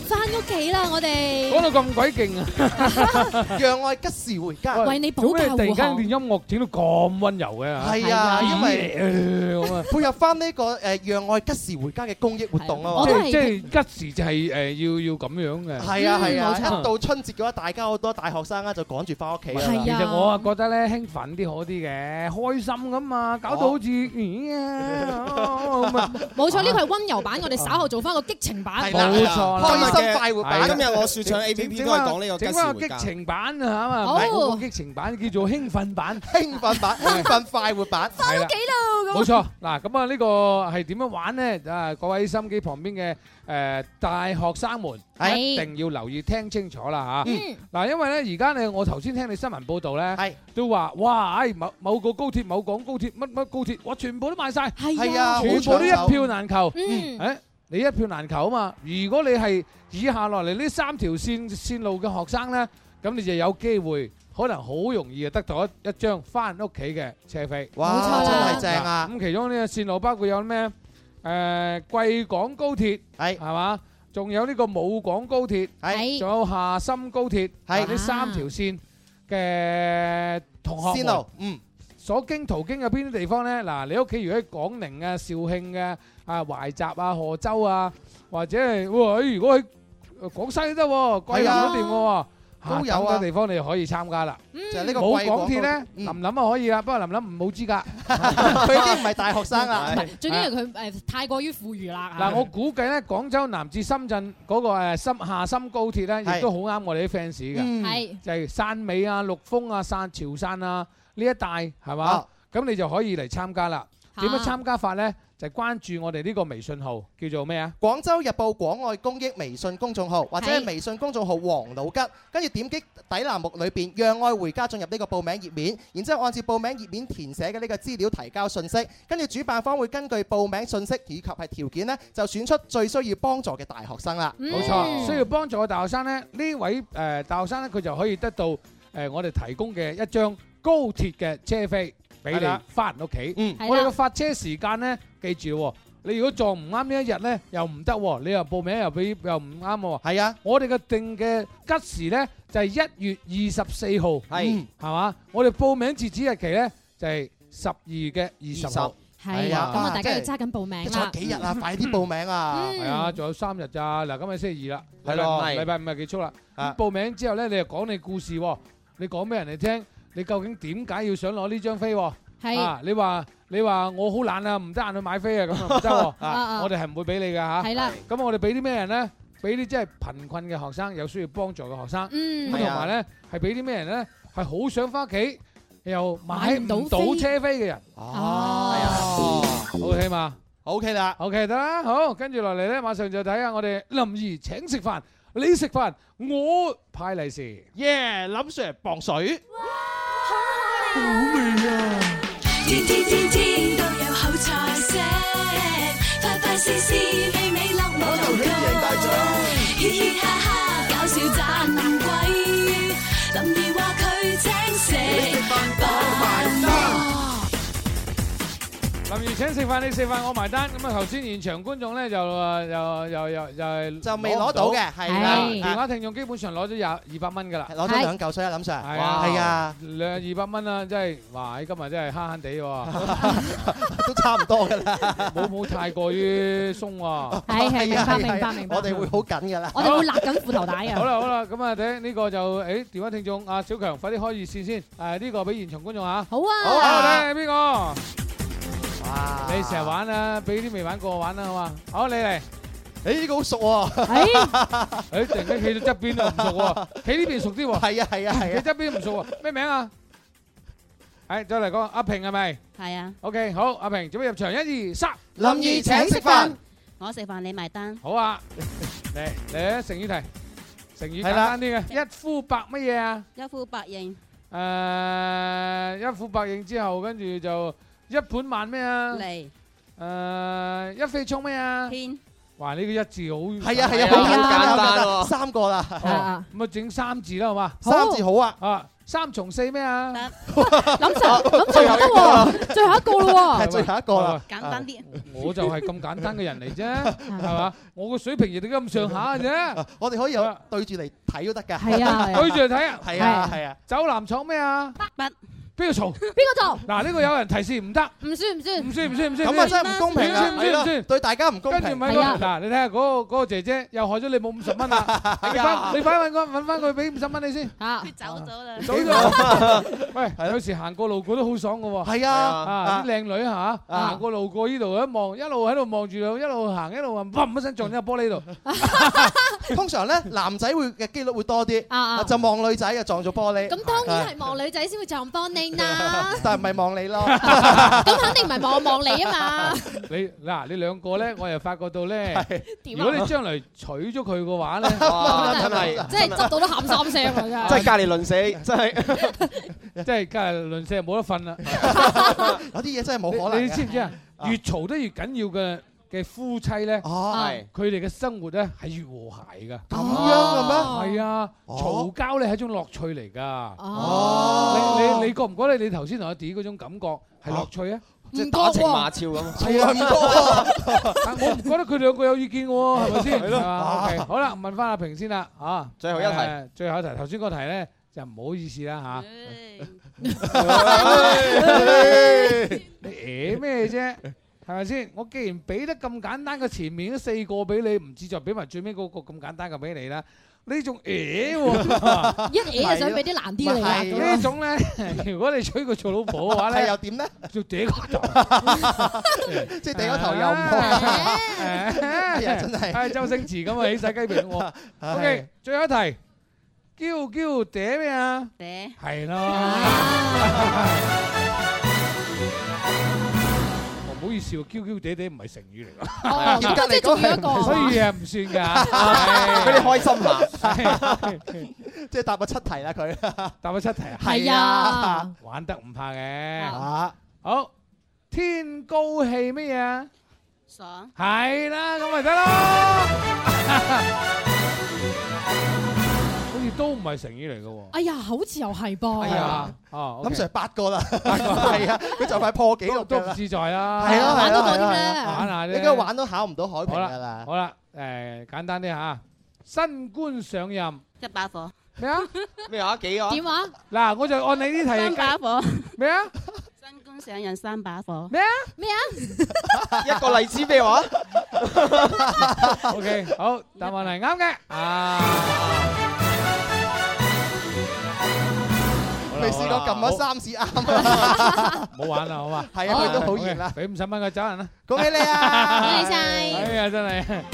翻屋企啦，我哋
講到咁鬼勁 啊！
讓愛吉時回家，
為你保駕護航
做咩突然間段音樂整到咁温柔嘅嚇
係啊，因
咦
為
咁啊
配合翻呢個誒讓愛吉時回家嘅公益活動啊嘛，
即係即係吉時就係誒要要咁樣嘅。
係啊係啊，
嗯冇錯
一到春節嘅話，大家好多大學生啊就趕住翻屋企啦。
其實我啊覺得咧興奮啲好啲嘅，開心咁啊，搞
哦
到好似咦啊咁啊！
冇錯，呢個係温柔版，我哋稍後做翻個激情版。
冇錯啦，
開心快活版
係啦
今日我説唱 APP 都係講呢個吉時
整翻
回家
個激情版啊嘛，
好
唔係嗰個激情版叫做興奮版，
興 奮版、興奮快活版，
翻
屋企啦
冇錯，嗱咁啊，呢個係點樣玩咧？啊，各位心機旁邊嘅誒大學生們，
係
一定要留意聽清楚啦嚇
嗯。
嗱，因為咧而家咧，我頭先聽你新聞報導咧，都話哇，唉某某個高鐵、某港高鐵、乜乜高鐵，我全部都賣晒，
係啊好
全部都
搶手
一票難求。
嗯
誒。你一票難求啊嘛！如果你係以下落嚟呢三條線線路嘅學生呢，咁你就有機會，可能好容易就得到一一張翻屋企嘅車飛。
哇冇錯啦真係正啊！
咁其中呢個線路包括有咩？誒、Ờ, 貴港高鐵
係
係嘛？仲有呢個武港高鐵
係
仲有下深高鐵係呢三條線嘅同學
線
們
路嗯。
所經途經嘅邊啲地方咧？嗱，你屋企如果喺廣寧啊、肇慶啊、啊懷集啊、河州啊，或者係哇，如果喺呃廣西都得喎，桂林都掂嘅喎，
都有啊
咁多地方你就可以參加啦。
就係呢個
冇
貴
港鐵
廣
咧，林林啊可以啦，不過林林唔冇資格，
佢已經唔係大 學生啦。
最
À.
緊要佢誒太過於富裕啦。
嗱，我估計咧，廣州南至深圳嗰個誒深下深高鐵咧，
係
亦都好啱我哋啲 fans 嘅，
嗯
係
係
就係汕尾啊、陸豐啊、汕潮汕啊呢一帶係嘛
啊？
咁你就可以嚟參加啦。點樣參加法呢？就係關注我哋呢個微信號，叫做咩啊？
廣州日報廣愛公益微信公眾號或者係
係
微信公眾號黃老吉，跟住點擊底欄目裏邊讓愛回家進入呢個報名頁面，然之後按照報名頁面填寫嘅呢個資料提交信息，跟住主辦方會根據報名信息以及係條件呢，就選出最需要幫助嘅大學生啦。
冇錯，需要幫助嘅大學生呢，呢位誒大學生呢，佢就可以得到誒我哋提供嘅一張高鐵嘅車飛俾
係
你
啦
翻屋企。
嗯係啦
我哋嘅發車時間呢，記住喎。你如果撞唔啱呢一日呢，又唔得喎，你又報名又俾又唔啱喎。
係啊，
我哋嘅定嘅吉時呢，就係一月二十四號，
嗯
係係嘛？我哋報名截止日期呢，就係十二嘅二十號。
係啊，咁啊，大家要揸緊報 名啦。
幾日啊？快啲報名啊！
嗯
係啊，仲有三日咋？嗱，今日星期二啦，
係
禮拜
咯啊
五禮拜五就結束啦。咁報名之後咧，你又講你故事喎，你講俾人哋聽，你究竟點解要想攞呢張飛喎？
係
啊，你話你話我好懶啊，唔得閒去買飛啊， 咁啊唔得喎
啊啊
啊，我哋係唔會俾你嘅嚇。
係啦
咁我哋俾啲咩人咧？俾啲即係貧困嘅學生，有需要幫助嘅學生。
嗯
啊
咁同埋咧，係俾啲咩人咧？係好想翻屋企又買唔
買唔
到
到飛
車飛嘅人。
哦
，OK 嘛
？OK 啦
，OK 得啦，好，跟住落嚟咧，馬上就睇下我哋林兒請食飯，你食飯，我派利是，yeah，林 Sir 磅水，
好味啊！天天天天都有好菜色，快快事事美美樂無窮高，嘻嘻哈哈搞笑盞鬼，林兒話佢請食飯
林兒請食飯，你食飯我埋單。咁啊，頭先現場觀眾咧就啊又又又又係
就未攞到嘅係啦係
電話聽眾基本上攞咗廿二百蚊㗎啦，
攞咗兩嚿水啊，林 Sir，
係啊，
係啊，，
兩二百蚊啊，真係，哇！今日真係慳慳地喎，
都差唔多㗎啦，
冇冇太過於鬆喎。
係係明白
係啊
明白明白。
我哋會好緊㗎啦。
我哋會勒緊褲頭帶啊。
好啦好啦，咁啊睇呢個就誒電話聽眾阿小強，快啲開熱線先。誒呢個俾現場觀眾嚇。
好啊
好啊，睇下邊個？哇！你成日玩啊，俾啲未玩過玩啦，好嘛？好，你嚟。
誒呢個好熟 喎。
誒突然間企到側邊啊，唔熟喎。企呢邊熟啲喎。
係啊係啊係啊
企側邊唔熟喎。咩名啊？誒，再嚟講阿平係咪
係啊，
？OK，好，阿平準備入場，一二三，
林兒請食飯，我食飯你埋單。
好啊，嚟嚟啊，成語題，成語
係
簡
啦
單啲嘅，一呼百乜嘢啊？
一呼百應，
À, 誒一呼百應之後，跟住就一盤萬咩啊？
嚟
誒一飛沖咩啊？
天
哇！呢個一字好
à,
係啊係啊，好簡單好簡單，三個
Ờ,
啦。
哦咁啊整三字啦，好嘛？
三字好啊！
啊，三從四咩啊？
諗實諗實得喎，最後一 個咯喎。
係最後一個啦
簡單啲。
我就係咁簡單嘅人嚟啫，係嘛？我個水平亦都咁上下嘅啫。
我哋可以有對住嚟睇都得㗎。
係啊係啊對住嚟睇啊
係啊係啊。
走南闖咩啊？
乜？
邊個嘈？
邊個做？
嗱，呢個有人提示唔得。
唔算唔算？
唔算唔算唔算，
咁啊真係唔公平啊
唔算唔算唔
係咯
算，
對大家唔公平
跟住咪
係啊
咯，嗱你睇下嗰個嗰個姐姐又害咗你冇五十 蚊啦，你翻你翻揾個揾翻佢俾五十蚊你先。
嚇！佢走咗啦。
走咗， 喂，有時行過路過都好爽嘅喎。
啊係啊
啊
啊
啲靚女嚇，行過路過呢度一望，一路喺度望住佢，一路行一路話，砰一聲撞咗個玻璃度。
通常咧，男仔會嘅機率會多啲，
啊啊
就望女仔啊撞咗玻璃。
咁當然係望女仔先會撞幫你 啦，
啊，但係唔係望你咯。
咁肯定唔係望我望你 啊嘛。
你嗱你兩個咧，我又發覺到咧，
點啊
如果你將來娶咗佢嘅話 咧，
哦
哇真係
真係執到都喊三聲喎，真
啊
係。
真係隔離 鄰舍，真係。
即係隔離鄰舍冇得瞓啦。
有啲嘢真係冇可能嘅
你知唔知啊？越嘈得越緊要嘅嘅夫妻咧，
係
佢哋嘅生活咧係越和諧㗎。
咁樣嘅
咩？係啊，嘈交咧係一種樂趣嚟㗎。
哦
你你你覺唔覺得你頭先同阿 D 嗰種感覺係樂趣啊？
即係打情罵俏咁。
係啊，唔覺啊！我唔覺得佢兩個有意見喎，係咪先？
係咯
啊，OK，好啦，問翻阿平先啦，啊，
最後一題
誒，最後一題，頭先嗰題咧就唔好意思啦
唉
嚇。 你誒咩啫？係咪先？我既然俾得咁簡單嘅前面嗰四個俾你，唔知就俾埋最尾嗰個咁簡單嘅俾你啦。呢種誒喎，
一嘢就想俾啲難啲你啊咁樣
呢種咧，如果你娶佢做老婆嘅話咧，
又點咧？
要嗲個 頭，
即係嗲個頭又唔好。 哎呀真係
係周星馳咁啊，起晒雞皮 我。
係
OK，最後一題，嬌嬌嗲咩啊？
嗲
係咯。笑嬌嬌嗲嗲唔係成語嚟㗎。
哦嚴格嚟講係唔係成語
所以啊唔算㗎，
俾你開心 下
係
即係答個七題啦佢。
答咗七題啊？
係啊，
玩得唔怕嘅。
啊，
好，天高氣乜嘢啊？
爽。
係啦，咁咪得咯。 好似都唔係成語嚟嘅喎。
哎呀，好似又係噃。
係啊，哦，
咁 Sir 八個啦，
係
啊，佢就快破紀錄
都
㗎
唔
啦
自在啦。
係咯係咯係咯
玩下啫。
應該玩都考唔到海平
好
㗎
啦
啦。
好啦，誒簡單啲嚇，新官上任。
一把火。
咩 啊？
咩啊？幾啊？
點話？
嗱，我就按你呢題
三
嚟計
把火。
咩啊？
新官上任三把火。
咩啊？
咩啊？
一個例子咩話？
OK，好，答案係啱嘅。啊，
未試過撳咗三次 啱
啊！唔好玩啦，好嘛？
係啊佢都好熱
啦，俾五十蚊佢走人啦。
恭喜你 啊！
恭喜晒
哎呀，真係。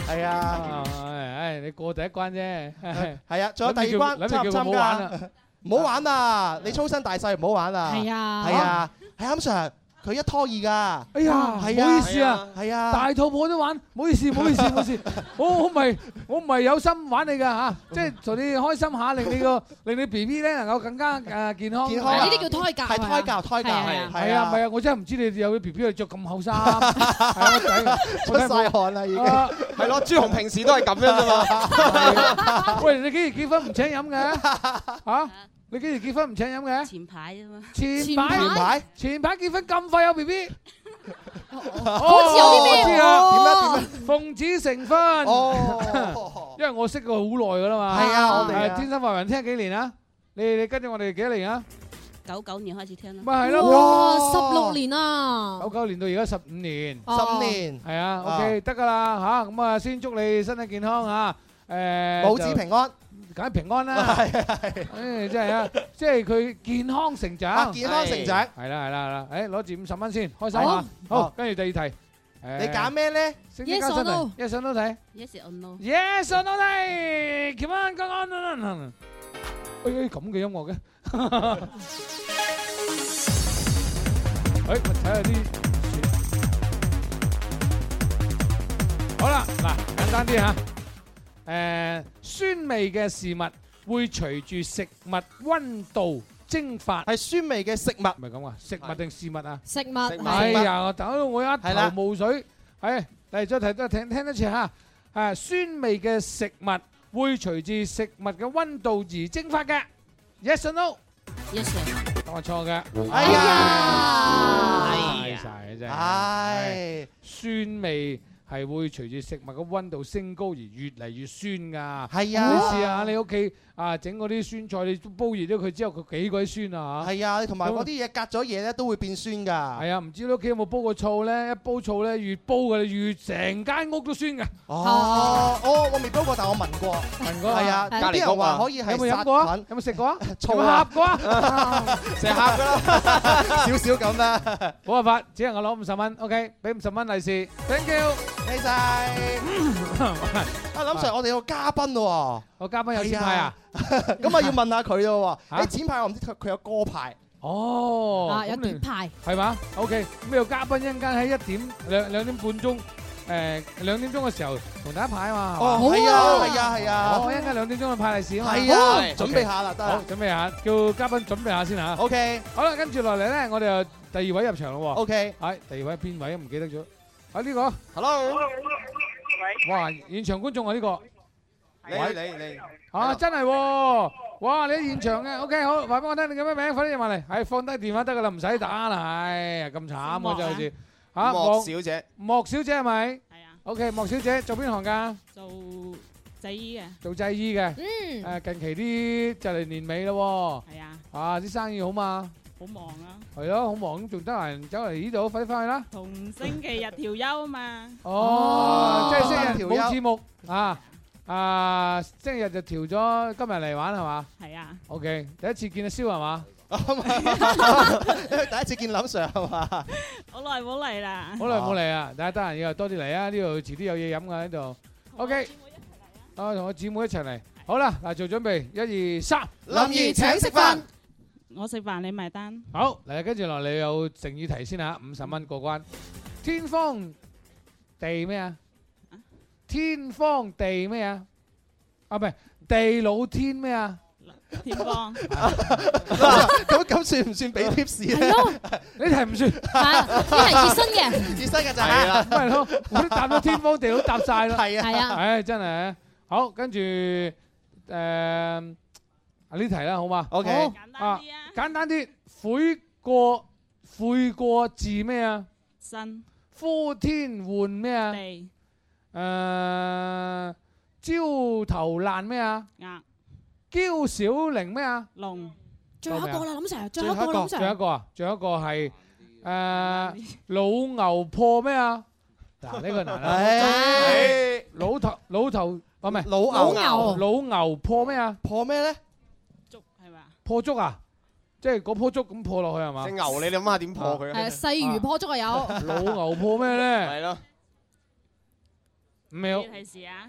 係 啊，
唉，你過第一關啫。
係啊，仲有第二關
諗住
參唔
叫佢唔好
參
玩啦
加？唔好玩啊！你粗身大細唔好玩啊！
係啊
係啊，係啱 Sir，佢一拖二㗎。
哎呀，
係
唔好意思啊，
係啊，
大肚婆都玩，唔好意思，唔好意思，唔好意思，我我唔係我唔係有心玩你噶嚇，即係同你開心下，令你個令你 B B 咧能夠更加誒健康。
健康啊呢啲叫胎教啊係胎教胎教係啊
係啊，唔係啊，我真係唔知你有 B B 着咁厚衫，係啊
出晒汗啦已經。
啊
係咯，朱紅平時都係咁樣啫 嘛。
喂，你幾時結婚唔請飲嘅？嚇？你幾時結婚唔請飲嘅？
前排啫嘛。
前排
前排
前排結婚咁快有 B B，
好似有啲咩
我知啦，
喎點啊點啊
奉子成婚。哦， 因為我識佢好耐噶啦嘛。
係啊我哋啊
係天生快活人聽幾年啊？你你跟住我哋幾多年啊？
九九年開始聽啦。
咪係咯。
哇，十六年啊！
九九年到而家十五年，
15年
係啊
啊
，OK 得㗎啦嚇，咁啊先祝你身體健康嚇，誒
母子平安，
梗係平安啦，誒真係啊，即係佢健康成
啊
長，
健康成長
係啦係啦係啦，誒攞住五十蚊先，開心
好
啊，好
好，
跟住第二題，
你揀咩咧
？Yes or no？Yes or no 睇
Yes or no？
？Yes or no 睇？Come on come on！哎哎咁嘅音樂 嘅。誒，我睇下啲。好啦，嗱，簡單啲嚇。誒、酸味嘅事物會隨住食物温度蒸發。
係酸味嘅食物。
唔係咁啊，食物定事物啊？
食物
食哎呀，我搞到我一頭
係啦
霧水。係，嚟再提多聽聽多次嚇。誒，酸味嘅食物會隨住食物嘅温度而蒸發嘅。Yes or no？Yes。答案錯嘅。
哎
呀！
哎
嘥
呀
晒嘅真係。
唉
係酸味。係會隨住食物嘅温度升高而越嚟越酸㗎。
係啊
你試下你屋企啊整嗰啲酸菜，你煲熱咗佢之後，佢幾鬼酸啊嚇！
係啊，同埋嗰啲嘢隔咗嘢咧都會變酸㗎。
係啊，唔知你屋企有冇煲過醋咧？一煲醋咧，越煲嘅越成間屋都酸嘅。
哦，我我未煲過，但我聞過，
聞
過係啊，啲人話可以係
有冇飲
殺
過啊
菌，？
有冇食過啊？
醋
有冇
啊
呷過 啊？
成日呷㗎啦 少少咁啦。
冇辦法，只能我攞五十蚊。OK，俾五十蚊利是。Thank you，
你晒。阿林 Sir，我哋有嘉賓咯喎，
我嘉賓有錢派啊？
咁啊要問下佢咯喎，誒錢派我唔知佢佢有歌牌，
哦，
啊有
咁你
碟派
係嘛？OK，咁有嘉賓一陣間喺一點兩兩點半鐘，誒兩點鐘嘅時候同大家派啊嘛。
哦好啊係啊係啊係啊
我一陣間兩點鐘去派利是啊嘛。
係啊
好
準備下啦得啦
好，準備下，叫嘉賓準備下先嚇。
OK，
好啦，跟住落嚟咧，我哋就第二位入場咯喎。
OK，
係第二位邊位唔記得咗？啊呢個
Hello，
哇現場觀眾啊呢個。
你你你，
啊，真係喎！哇，你喺現場嘅，OK 好，話俾我聽你叫咩名，快啲入埋嚟。係放低電話得噶啦，唔使打啦，唉，咁慘我真係好似嚇
莫小姐，
莫小姐係咪？係啊。OK，莫小姐做邊行㗎？
做製衣嘅，
做製衣嘅。
嗯
誒，近期啲就嚟年尾咯喎。
係啊，
啊，啲生意好嘛？
好忙啊，
係咯，好忙咁，仲得閒走嚟呢度，快啲翻去啦。
同星期日調休啊嘛。
哦，即係星期日
調
冇
休
節目啊！啊，星期日就調咗今日嚟玩係嘛？
係啊，
OK，第一次見阿蕭係嘛？
因為第一次見林 Sir 係嘛？
好耐冇嚟啦。
好耐冇嚟啊！大家得閒以後多啲嚟啊！呢度遲啲有嘢飲㗎喺度。OK，啊，同我姊妹一齊嚟。好啦，嗱，做準備，一二三，
怡請食飯，我食飯你埋單。
好，嚟跟住落嚟有成語題先嚇，五十蚊過關。天荒地咩啊？天荒地咩啊？啊，唔係地老天咩啊？
天 荒
咁咁算唔算俾 tips 咧？你題唔算，
係自身嘅，
自身嘅咋
係啦，咪咯，我都答到天荒地老答晒啦。
啊係啊係啊
唉，真係好，跟住誒呢題啦，好嘛
？OK
好啊，簡單啲，悔過悔過字咩啊？
身
呼天喚咩啊？
地
誒，焦頭爛咩啊？
額
嬌小玲咩啊？
龍，
仲有一個啦林
Sir，
最後一個啦林 Sir 最後一個啊，最後一個係誒老牛破咩啊？嗱呢個難啦
唉，
老頭老頭啊唔係
老牛
老牛破咩啊？
破咩咧？
破竹啊？即係嗰棵竹咁破落去係嘛？
只牛你諗下點
À.
破佢啊
係細魚破竹啊 有。
老牛破咩咧？係
咯，
五秒。
提示啊，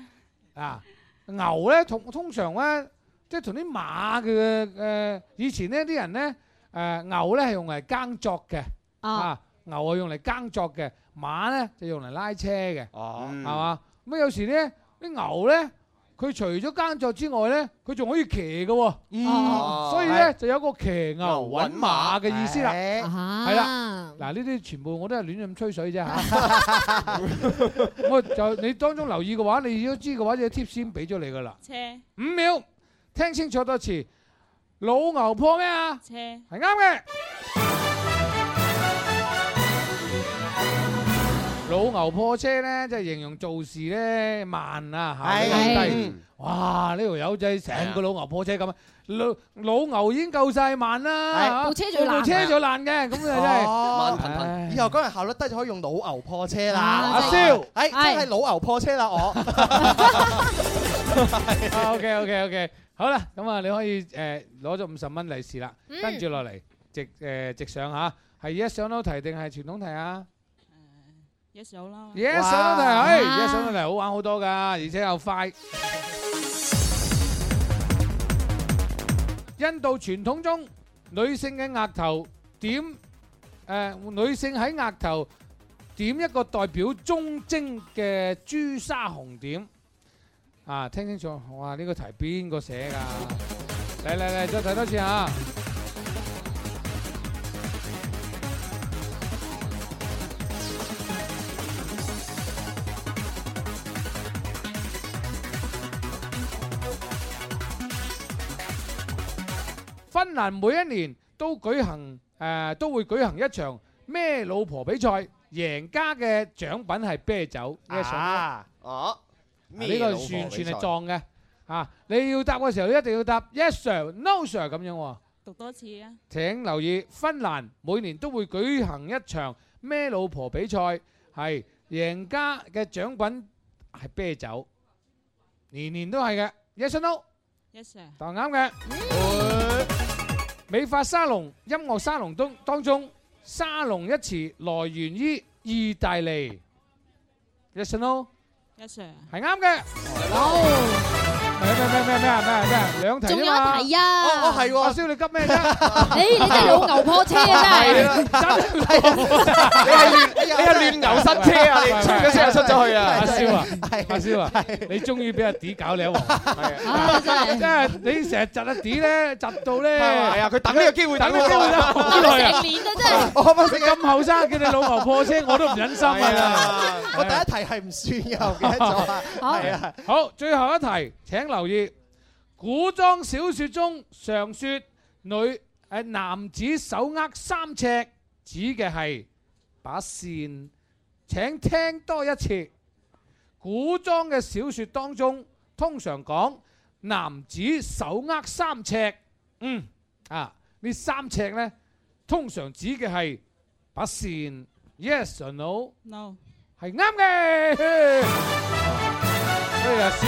啊，牛咧通通常咧，即係同啲馬嘅誒、呃以前呢啲人咧誒、呃牛咧係用嚟耕作嘅，
啊
牛係用嚟耕作嘅，馬咧就用嚟拉車嘅，係
係
嘛？咁、有時咧啲牛咧，佢除咗耕作之外咧，佢仲可以騎嘅喎，
哦
所以咧就有一個騎牛揾馬嘅意思啦，
哎
係啦，嗱呢啲全部我都係亂咁吹水啫嚇。我就你當中留意嘅話，你都知嘅話，只 tips 先俾咗你噶啦。
車
五秒，聽清楚多次。老牛破咩啊？
車
係啱嘅。老牛破車咧，即係形容做事咧慢啊，效率好
係
低。哇！呢條友仔成個老牛破車咁啊，老老牛已經夠晒慢啦，
係部車仲要爛
部車仲要爛嘅，咁啊真係
哦
唉
以後嗰人效率低就可以用老牛破車啦。
啊阿蕭
哎，真係老牛破車啦我。
OK OK OK，好啦，咁啊，你可以誒攞咗五十蚊利是啦，
嗯
跟住落嚟直誒直上嚇，係 yes 上到題定係傳統題啊
一手啦，
？yes 上到題，係 yes 上到題好玩好多㗎，而且又快。印度傳統中，女性嘅額頭點誒，女性喺額頭點一個代表忠貞嘅朱砂紅點。啊，聽清楚，哇！呢、個題邊個寫㗎？嚟嚟嚟，再睇多次啊！芬蘭每一年都舉行誒、呃都會舉行一場咩老婆比賽，贏家嘅獎品係啤酒。Yes or no？
啊
哦，
呢個完全係撞嘅啊！你要答嘅時候一定要答 yes sir、no sir 咁樣喎。
讀多次啊，
請留意，芬蘭每年都會舉行一場咩老婆比賽，係贏家嘅獎品係啤酒，年年都係嘅。Yes or no？
一 Sir，
答啱嘅。美髮沙龍、音樂沙龍當當中，沙龍一詞來源於意大利。Yes or no？
一 Sir，
係啱嘅。好。哦咩咩咩咩咩啊咩啊咩啊兩題啫嘛。
仲有一題啊
哦哦係喎，阿蕭你急咩啫？
誒你真係老牛破車啊真係
真係老牛破車
你係亂
哎
你係亂牛塞車啊！你吹咗聲就出咗去啊！
阿蕭啊，阿蕭啊，你終於俾阿 D 搞你一鑊，啊真係，你成日窒阿 D 咧，窒到咧，
係啊佢等呢個機會
等呢個
等
機
好
會等
耐
好耐啊！
成年啊真係
我你咁後生叫你老牛破車，我都唔忍心啊！
我第一題係唔算嘅，我唔記得咗啦。 係啊，
好，最後一題，請留意。古裝小説中常説女誒、呃男子手握三尺，指嘅係把扇。請聽多一次。古裝嘅小説當中，通常講男子手握三尺，嗯啊，呢三尺呢，通常指嘅係把扇。Yes or no？
No
係啱嘅。所以阿蕭，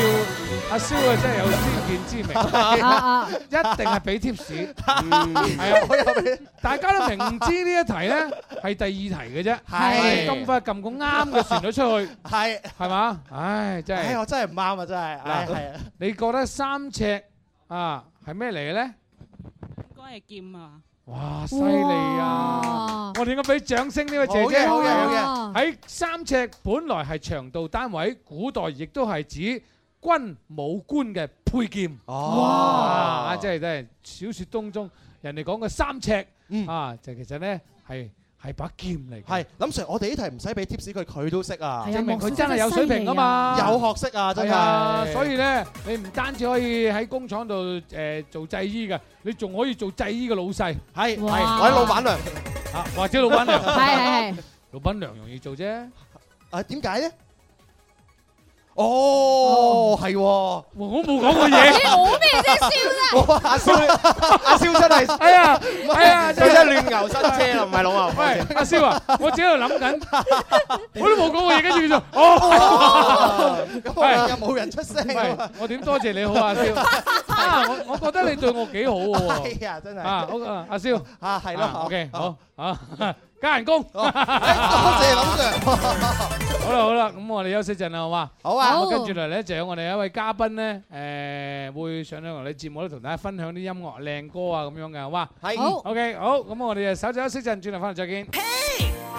阿蕭啊真係有先見之明，
啊啊
一定係俾 tips。係 啊，我有俾。大家都明知呢一題咧係第二題嘅啫，
係
咁快撳個啱 嘅旋律出去，
係
係嘛？唉，真
唉，
係
我。真係唔啱啊，真係。唉，係啊。
À, 你覺得三尺啊係咩嚟嘅咧？
應該係劍啊，
哇！犀利啊！我哋應該俾掌聲呢位姐姐。
好嘅好嘅好
嘅。喺三尺本來係長度單位，古代亦都係指軍武官嘅配劍。
哦
哇！啊即係真係小説當中人哋講嘅三尺
嗯
啊，就其實咧係係把劍嚟。
係林 Sir，我哋呢題唔使俾 tips 佢，佢都識啊，
證明佢真係有水平啊嘛，
有學識啊，真
係啊！
係。
所以咧，你唔單止可以喺工廠度誒做製衣嘅，你仲可以做製衣嘅老細。
係係，
哇
我係老闆娘。
啊，或者老闆 娘。
係係係。
老闆娘容易做啫。
啊，點解咧？哦，係喎。我
冇講過 嘢。
哇！阿蕭，阿蕭真係，
哎呀，哎呀，
佢真係亂牛失車啦，唔係老牛。
喂，阿蕭啊，我自己喺度諗緊，我都冇講過嘢，跟住佢就哦，
咁又冇人出聲
唔係我點多謝你好啊，阿蕭啊，我我覺得你對我幾好喎。
係啊，真係。
啊，好啊，阿蕭
啊，係咯。
à, ，OK，好 À, 啊，加人工。多
謝林 Sir。
好啦好啦，咁我哋休息陣啦，好嘛？
好啊
咁跟住嚟咧，就有我哋一位嘉賓咧，誒會上嚟我哋節目咧，同大家分享啲音樂靚歌啊咁樣嘅，好嘛？
係好
OK，好，咁我哋就稍作休息陣，轉頭翻嚟再見。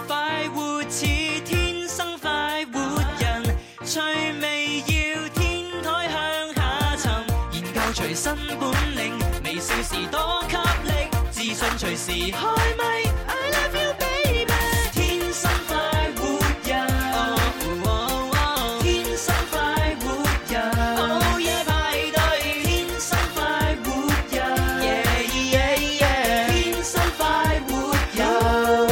快活似天生快活人，趣味要天台向下沉，研究隨身本領，微笑時多給力，自信隨時開咪。I love you baby，天生快活人，哦哦天生快活人，午夜派對，天生快活人，yeah yeah yeah，天生快活人。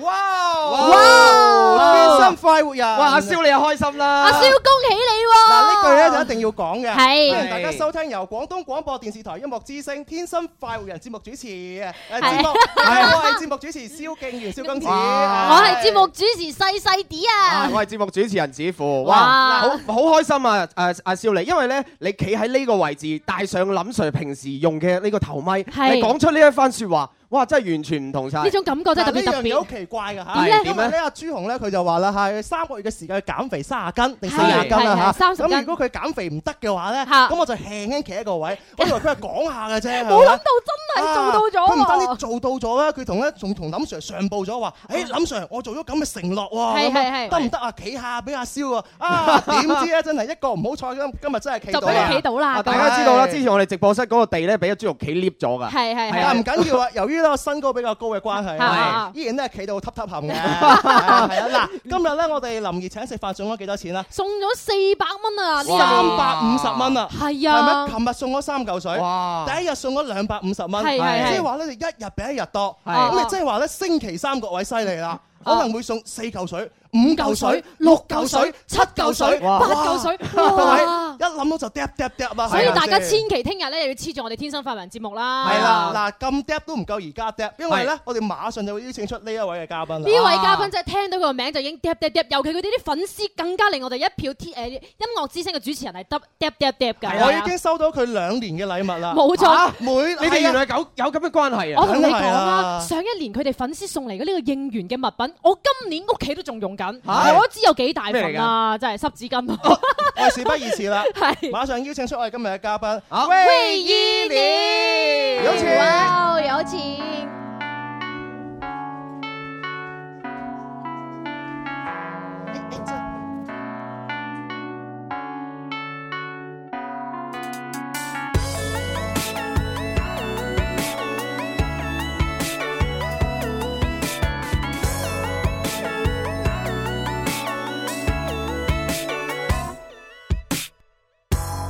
哇！天生快活人。
哇，阿蕭你又開心啦！
阿蕭恭喜你
嗱
喎！
呢句咧就一定要講嘅，
係
歡迎大家收聽由廣東廣播電視台音樂之聲《天生快活人》節目主持，誒節目，
係
我係節目主持蕭敬元、蕭公子，啊
我係節目主持細細啲
啊
啊！
我係節目主持人子富，
哇
哇，好好開心啊！誒阿少你，因為咧你企喺呢個位置，戴上林 Sir 平時用嘅呢個頭咪，
係
你講出呢一番説話，哇，真係完全唔同晒。
呢種感覺真係特別特
嗱呢樣嘢好
別。
奇怪嘅
點
嚇，
咧
因為咧阿朱紅咧佢就話啦嚇，佢三個月嘅時間去減肥三十斤定四十
係
斤
係
啦
係
嚇，
30斤
咁如果佢減肥唔得嘅話咧，
嚇
咁我就輕輕企喺個位，我以為佢係講 下嘅啫，係咪
冇諗到真係做到咗
啊佢唔單
喎
止做到咗啦，佢同咧仲同林 Sir 上報咗話，誒林 Sir 我做咗咁嘅承諾喎，
係
咁樣
係係
得唔得啊？企下俾阿蕭啊， 啊點知咧真係一個唔好彩，今今日真係企到
就俾佢企到啦
啊大家知道啦，
係
之前我哋直播室嗰個地咧，俾阿朱玉企 lift 咗㗎。
係係係
但唔緊要啊，由於咧我身高比較高嘅關係啊，
係
依然都係企到揼揼冚嘅。 係啊，嗱，今日咧我哋林兒請食飯送咗幾多錢啊？
送咗四百蚊啊！呢
三
個
百五十蚊啊！
係啊
係咪？琴日送咗三嚿水，
哇
第一日送咗兩百五十蚊，
係係係
即係話咧，你一日比一日多。
係
咁你即係話咧，星期三各位犀利啦，可能會送四嚿水、五嚿水、
六
六
嚿
嚿
水
水、
七
七
嚿
嚿
水
水、
八嚿水
哇各位
哇
一諗到就嗒嗒嗒啊！
所以
係咪
大家千
先
祈聽日咧要黐住我哋天生發人節目啦。
係啦，嗱咁 d e p 都唔夠而家 d e p 因為
係
咧我哋馬上就會邀請出呢一位嘅嘉賓啦。
呢位嘉賓真係聽到佢個名就已經嗒嗒嗒，尤其佢哋啲粉絲更加令我哋一票天誒音樂之星嘅主持人係嗒嗒嗒嗒
係啊
㗎。
我已經收到佢兩年嘅禮物啦。
啊冇錯
啊每
你哋原來有有咁嘅關係啊！
我同你
梗係
講啊，
啦
上一年佢哋粉絲送嚟嘅呢個應援嘅物品，我今年屋企都仲用緊，
係
我知有幾大份啊，真係濕紙巾啊。
我事不宜遲啦，
係
馬上邀請出我哋今日嘅嘉賓，
魏依林，
有請
哇，有請。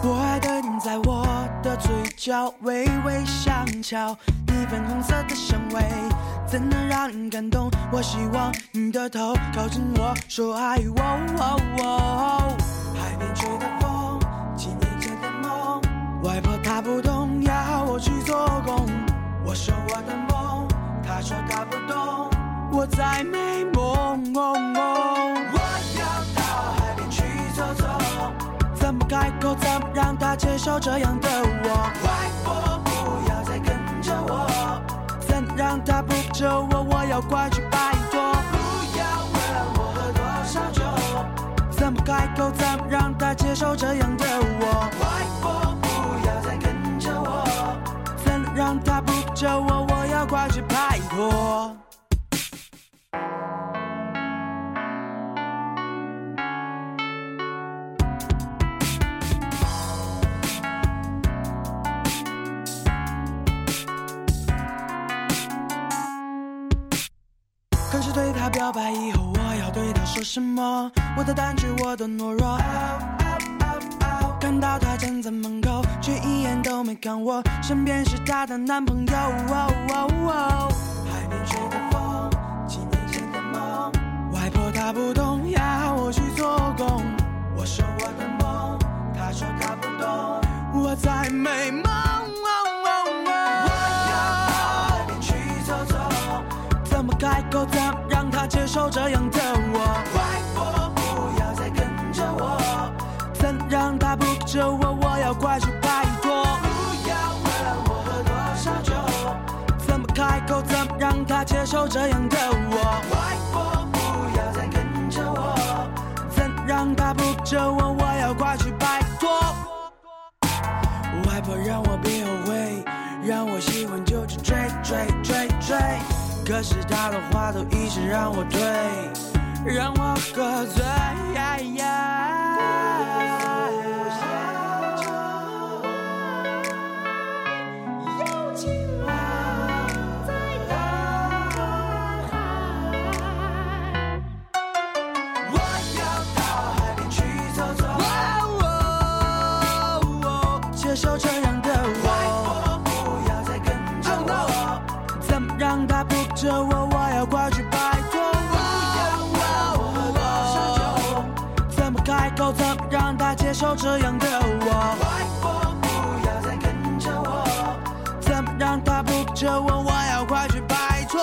我爱的你在我的嘴角微微上翘，你粉红色的香味怎能让人感动？我希望你的头靠近我，说爱我。哦哦海边吹的风，几年前的梦，外婆她不懂，要我去做工。我说我的梦，她说她不懂，我在美梦。我要到海边去走走。怎么开口，怎么让他接受这样的我？外婆不要再跟着我，怎让他不着我？我要快去拜托。不要问我喝多少酒，怎么开口，怎么让他接受这样的我？外婆不要再跟着我，怎让他不救我，我要快去拍火。刚是对他表白以后，我要对他说什么？我的单纯，我的懦弱。看到他站在门口，却一眼都没看我，身边是她的男朋友。哦海边吹的风，几年前的梦，外婆她不懂，要我去做工。我说我的梦，她说她不懂，我在美梦。我要到海边去走走。怎么开口，怎么让他接受这样的我？外婆，不要再跟着我，怎让他不救我？我要快去摆脱。不要问我喝多少酒，怎么开口，怎么让他接受这样的我？外婆，不要再跟着我，怎让他不救我？我要快去摆脱。外婆让我别后悔，让我喜欢就去追追追追。可是她的话都一直让我退，让我喝醉。我要到海边去走走。接受这样的我，不要再跟着我，怎么让他不着我？我要快去摆脱。不要问我多少酒，怎么开口？怎么让他接受这样的我？不要再跟着我，怎么让他不着我？我要快去摆脱。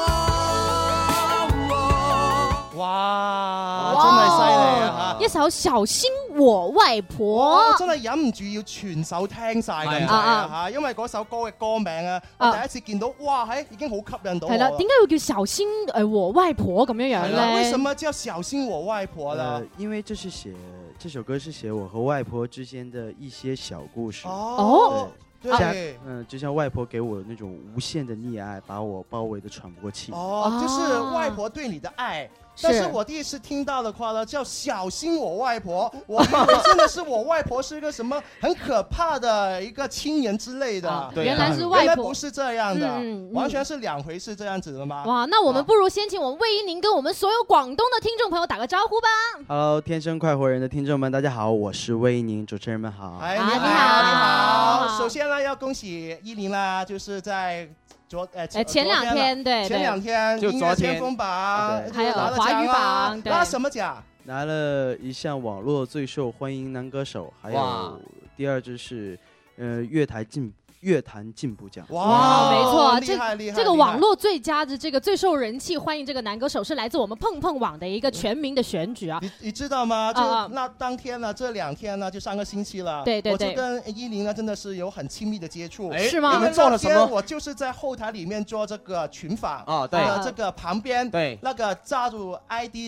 哇
哇真係犀利啊！
一首《小心我外婆
我》。真係忍唔住要全首聽晒咁滯
啊
啊嚇，因為嗰首歌嘅歌名啊，我第一次見到，哇喺已經好吸引到我啊
係啦，點解會叫小心誒和外婆咁樣樣
係啦
咧？
為什麼叫小心我外婆
呃
呢？，
因为这是写这首歌是写我和外婆之间的一些小故事。
哦
对
对
像
啊
嗯，就像外婆给我那种无限的溺爱，把我包围的喘不过气。
哦，就是外婆对你的爱。
是
但是我第一次听到的话呢，叫小心我外婆，我以为真的是我外婆是一个什么很可怕的一个亲人之类的。
啊对原来是外婆
原来不是这样的
嗯嗯，啊
完全是两回事，这样子的吗？
哇，那我们不如先请我们魏一宁跟我们所有广东的听众朋友打个招呼吧。
Hello，天生快活人的听众们，大家好，我是魏一宁，主持人们好。
哎，你好，你
啊
好。首先呢，要恭喜依林啦，就是在昨呃
呃前两
昨
天对对
前两天
就
音
昨
乐
天啊
先锋榜
对，
还有
拿了
华语
奖啊
榜对
拿什么奖？
拿了一项网络最受欢迎男歌手，还
哇
有第二支是呃乐坛进乐坛进步奖。
哇，没错，
厉哦害厉
这
害
这个
厉害
网络最佳的这个最受人气欢迎这个男歌手是来自我们碰碰网的一个全民的选举啊。
你知道吗？就
啊啊
那当天呢，这两天呢，就上个星期了。
对对
我
对
就跟依林呢，真的是有很亲密的接触。
哎是吗你们
因为
做了什么
那天我就是在后台里面做这个群访
啊对
呃这个旁边
对
那个炸住 ID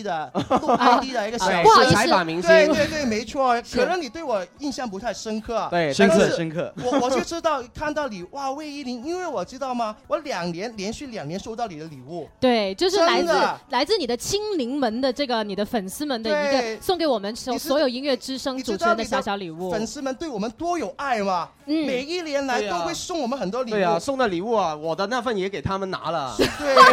的录 ID 的一个小
哎
生
不好意思采访明星
对对对，没错。
是
可能你对我印象不太深刻。
对深刻
但是
深刻
我我就知道看到你哇，魏依林，因为我知道吗？我两年连续两年收到你的礼物。
对，就是来
真
自
的啊
来自你的亲邻们的这个你的粉丝们的一
对
个送给我们所所有音乐之声
你
主
知
持
道
人
你
的小小礼物。
粉丝们对我们多有爱嘛？
嗯
每一年来
对
都
啊
会送我们很多礼物。
对啊，送的礼物啊，我的那份也给他们拿 了，
对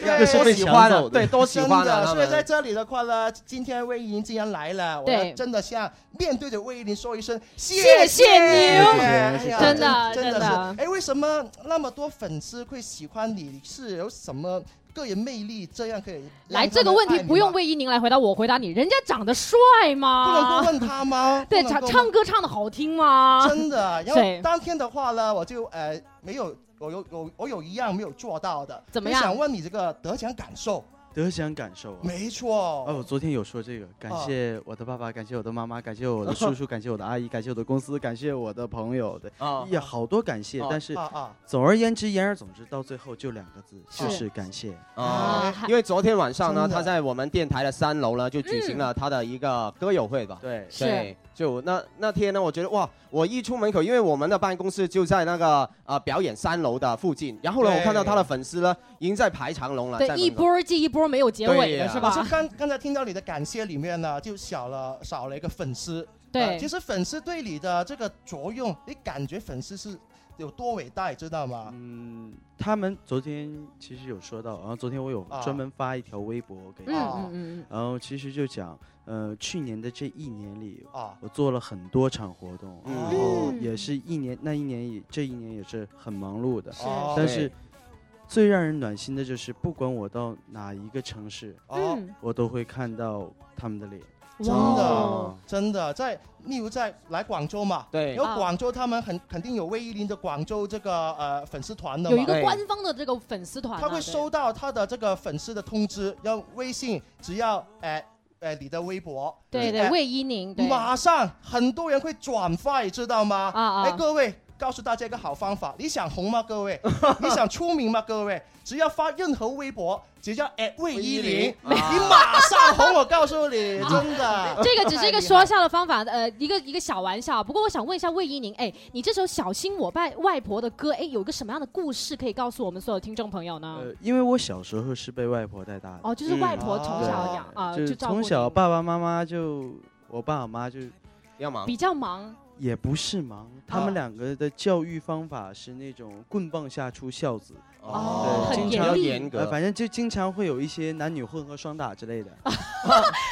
对， 多喜欢啊，对，多喜欢
真的
啊，他
所以
们
在这里的话呢，今天魏依林既然来了，我
对
要真的向面对着魏依林说一声
谢谢
你
您，
哎呀
真的
真
真
的
的
是。哎，为什么那么多粉丝会喜欢你？是有什么个人魅力？这样可以让
来，
他
这个
们
问
爱
题
你吗
不用魏一宁来回答，我回答你。人家长得帅吗？
不能够问他吗
对，
不
唱
能够
唱歌唱的好听
啊
吗？
真的。然
对
后当天的话呢，我就呃没有，我有有我有一样没有做到的，
怎么样
我想问你这个得奖感受。
得奖感受啊。
没错
哦，我昨天有说这个，感
啊
谢我的爸爸，感谢我的妈妈，感谢我的 叔叔，感谢我的阿姨，感谢我的公司，感谢我的朋友，对
啊，
也好多感谢
啊。
但是
啊啊
总而言之，言而总之，到最后就两个字，就是是感谢。
哦，因为昨天晚上呢，
啊真的
他在我们电台的三楼呢，就举行了他的一个歌友会吧。
对
是
对，就那那天呢，我觉得哇，我一出门口，因为我们的办公室就在那个呃表演三楼的附近，然后呢，
对
我看到他的粉丝呢已经在排长龙了，
对，
在门
一
口
波接一波，没有结尾的是
可
吧
是？刚刚才听到你的感谢里面呢，就少了少了一个粉丝。
对
呃其实粉丝对你的这个作用，你感觉粉丝是有多伟大，知道吗？
嗯，他们昨天其实有说到，然后昨天我有
啊
专门发一条微博给他
嗯
们，
嗯嗯
然后其实就讲，呃，去年的这一年里，
啊
我做了很多场活动，
嗯
然后也是一年那一年也这一年也是很忙碌的，
是哦
但是
对
最让人暖心的就是，不管我到哪一个城市，
哦嗯
我都会看到他们的脸，哦
真
哦
的，真的，在例如在来广州嘛，
对
有
啊
广州他们很肯定有威林的广州这个呃粉丝团的嘛，
有一
哎
个官方的这个粉丝团啊，
他会
对
收到他的这个粉丝的通知，要微信，只要哎哎你的微博，
对
哎
对魏一宁对。
马上很多人会转发，你知道吗？
啊啊
哎，各位。告诉大家一个好方法，你想红吗？各位，你想出名吗？各位，只要发任何微博，只要哎魏依林，你
啊
马上红。我告诉你，
啊
真的。
这个只 是一个说笑的方法，呃，一个一个小玩笑。不过我想问一下魏一宁，哎，你这首《小心我外外婆》的歌，哎，有一个什么样的故事可以告诉我们所有听众朋友呢？
呃，因为我小时候是被外婆带大的。
哦就是外
嗯
婆从小养
对
啊
就
就是照顾
从小爸爸妈妈就我爸我妈就
要忙
比较忙，
也不是忙，他
啊
们两个的教育方法是那种棍棒下出孝子，
哦
对
很
经常
严厉严格
呃反正就经常会有一些男女混合双打之类的。
啊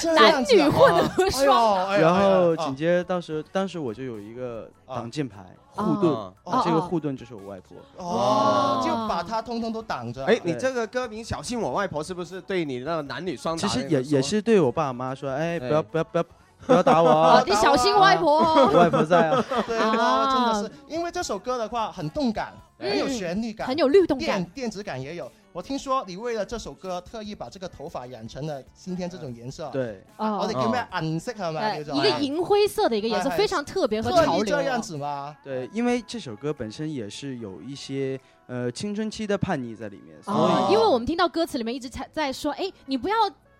这
男
样子啊
女混合
哎呦
双！
哎呦
然
哎呦
后
啊
紧接着到时候，当时我就有一个挡箭牌护盾
哦，
啊这
哦
个护盾就是我外婆。
哦，就
嗯
把他通通都挡着。
哎，你这个歌名《小心我外婆》是不是对你那个男女双打
其
那个
哎
实
说？
也也是对我爸妈说，哎，不要
哎
不要不要不要打我 啊
哦你小心外婆哦
我外婆 在啊。
对啊，真的是，因为这首歌的话很动感，
嗯
很有旋律感，
很有律动感
电电子感也有。我听说你为了这首歌特意把这个头发染成了今天这种颜色，
对
哦
我哋叫咩银色系咪
呃，
叫
一
做？
个银灰色的一个颜色，
哎哎
非常特别和
特意
潮流。啊
这样子吗？
对，因为这首歌本身也是有一些呃青春期的叛逆在里面，所
哦，
以
因为我们听到歌词里面一直在在说，哎，你不要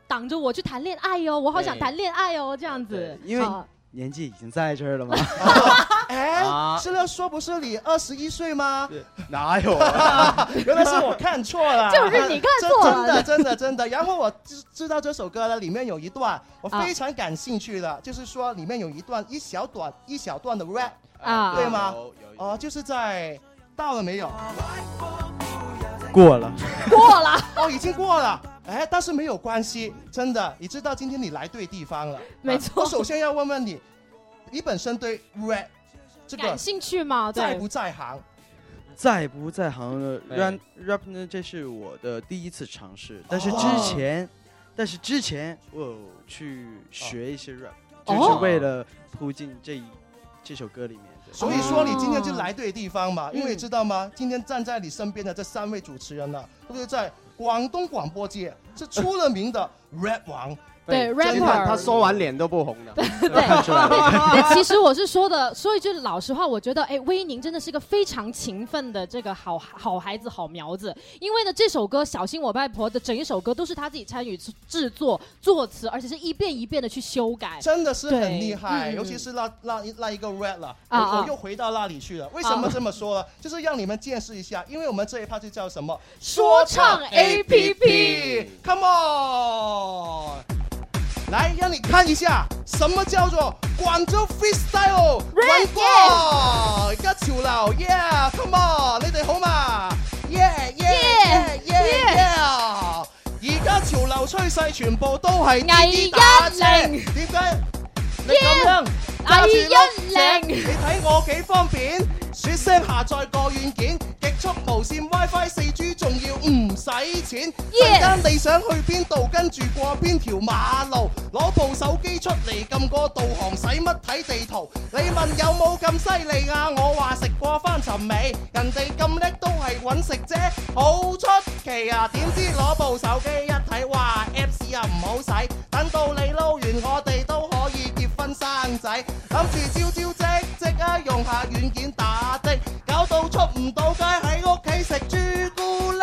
挡着我去谈恋爱哦哟，我好想
对
谈恋爱哦哟，这样子
对。因为
啊
年纪已经在这儿了嘛，
哎
啊，
是要说不是你二十一岁吗？？
哪有啊
原来是我看错 了，啊
就是你看错了
真真的真的真的。然后我知知道这首歌呢，里面有一段我
啊
非常感兴趣的，就是说里面有一段一小段一小段的 rap，
啊
对吗？哦，就是在到了没有？
过了，
过了，
哦，已经过了。哎，但是没有关系，真的，你知道今天你来对地方了。啊
没错
我首先要问问你，你本身对 rap 这个
感兴趣嘛？
在
对
不。在行？
在不在行呢
对
？rap rap 呢？这是我的第一次尝试，但是
哦
之前，但是之前我有去学一些 rap，、
哦
就是为了扑进这一这首歌里面。对
所以说你今天就来对地方嘛，
嗯
因为知道吗？今天站在你身边的这三位主持人呢，都是在广东广播界是出了名的 rap 王。
对
你看
rapper
他说完脸都不红的，
看
出来
啊
但其实我是说 的，说一句老实话，我觉得哎，威宁真的是一个非常勤奋的这个好好孩子、好苗子。因为呢，这首歌《小心我外婆》的整一首歌都是他自己参与制制作、作词，而且是一遍一遍的去修改，
真的是
对
很厉害，
嗯嗯
尤其是那那那一个 red 了，我
啊啊
我又回到那里去了。为什么这么说呢？就是让你们见识一下，因为我们这一趴就叫什么
说唱 APP
APP，Come on，来让你看一下什么叫做广州 freestyle 玩
Red
过而家潮流，Yeah，Come on，你哋好嘛？Yeah yeah yeah yeah yeah，而家潮流趨勢全部都係滴滴打車，
危一
點解？你咁樣揸住粒石，你睇我幾方便？説聲下載個軟件，極速無線 WiFi 四 G，仲要唔使錢。
Yeah
陣間你想去邊度，跟住過邊條馬路，攞部手機出嚟撳個導航，使乜睇地圖？你問有冇咁犀利啊？我話食過翻尋味，人哋咁叻都係揾食啫，好出奇啊！點知攞部手機一睇，哇！靚仔，諗住朝朝即即啊，用下軟件打的，搞到出唔到街，喺屋企食朱古力，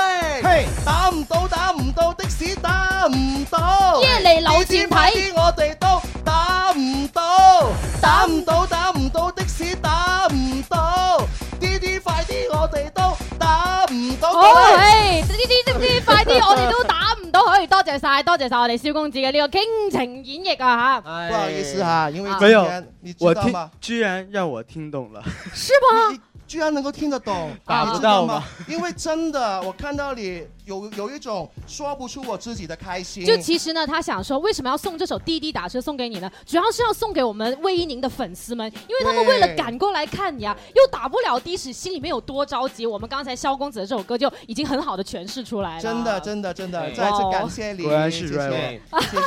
打唔到打唔到的士打唔到，
耶嚟扭轉睇
地鐵我哋都打唔到，打唔到打唔到的士打唔到，啲啲快啲我哋都打唔到。
好，唉，呢啲呢啲快啲，我哋都打唔到佢。多謝晒，多謝晒我哋蕭公子嘅呢個傾情演繹啊吓。
不好意思哈，因为
哦没有
今天你，知
我
道
听
吗？
居然让我听懂了，
是吗？
你居然能够听得懂，
打不
你知道
到吗？
因为真的，我看到你有有一种说不出我自己的开心。
就其实呢，他想说，为什么要送这首《滴滴打车》送给你呢？主要是要送给我们魏一宁的粉丝们，因为他们
对
为了赶过来看你啊，又打不了的士，心里面有多着急。我们刚才萧公子的这首歌就已经很好的诠释出来了。
真的，真的，真的，
对
再次感谢你，
果然是
谢谢，
Rival
谢 谢。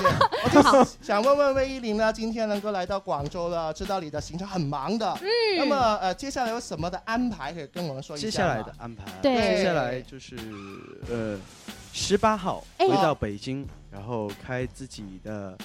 我就想问问魏依林呢，今天能够来到广州了，知道你的行程很忙的，嗯，那么呃，接下来有什么的安排可以跟我们说一下
接
吗？
下来的安排啊，
对
接下来就是呃，十八号
哎
回到北京，然后开自己的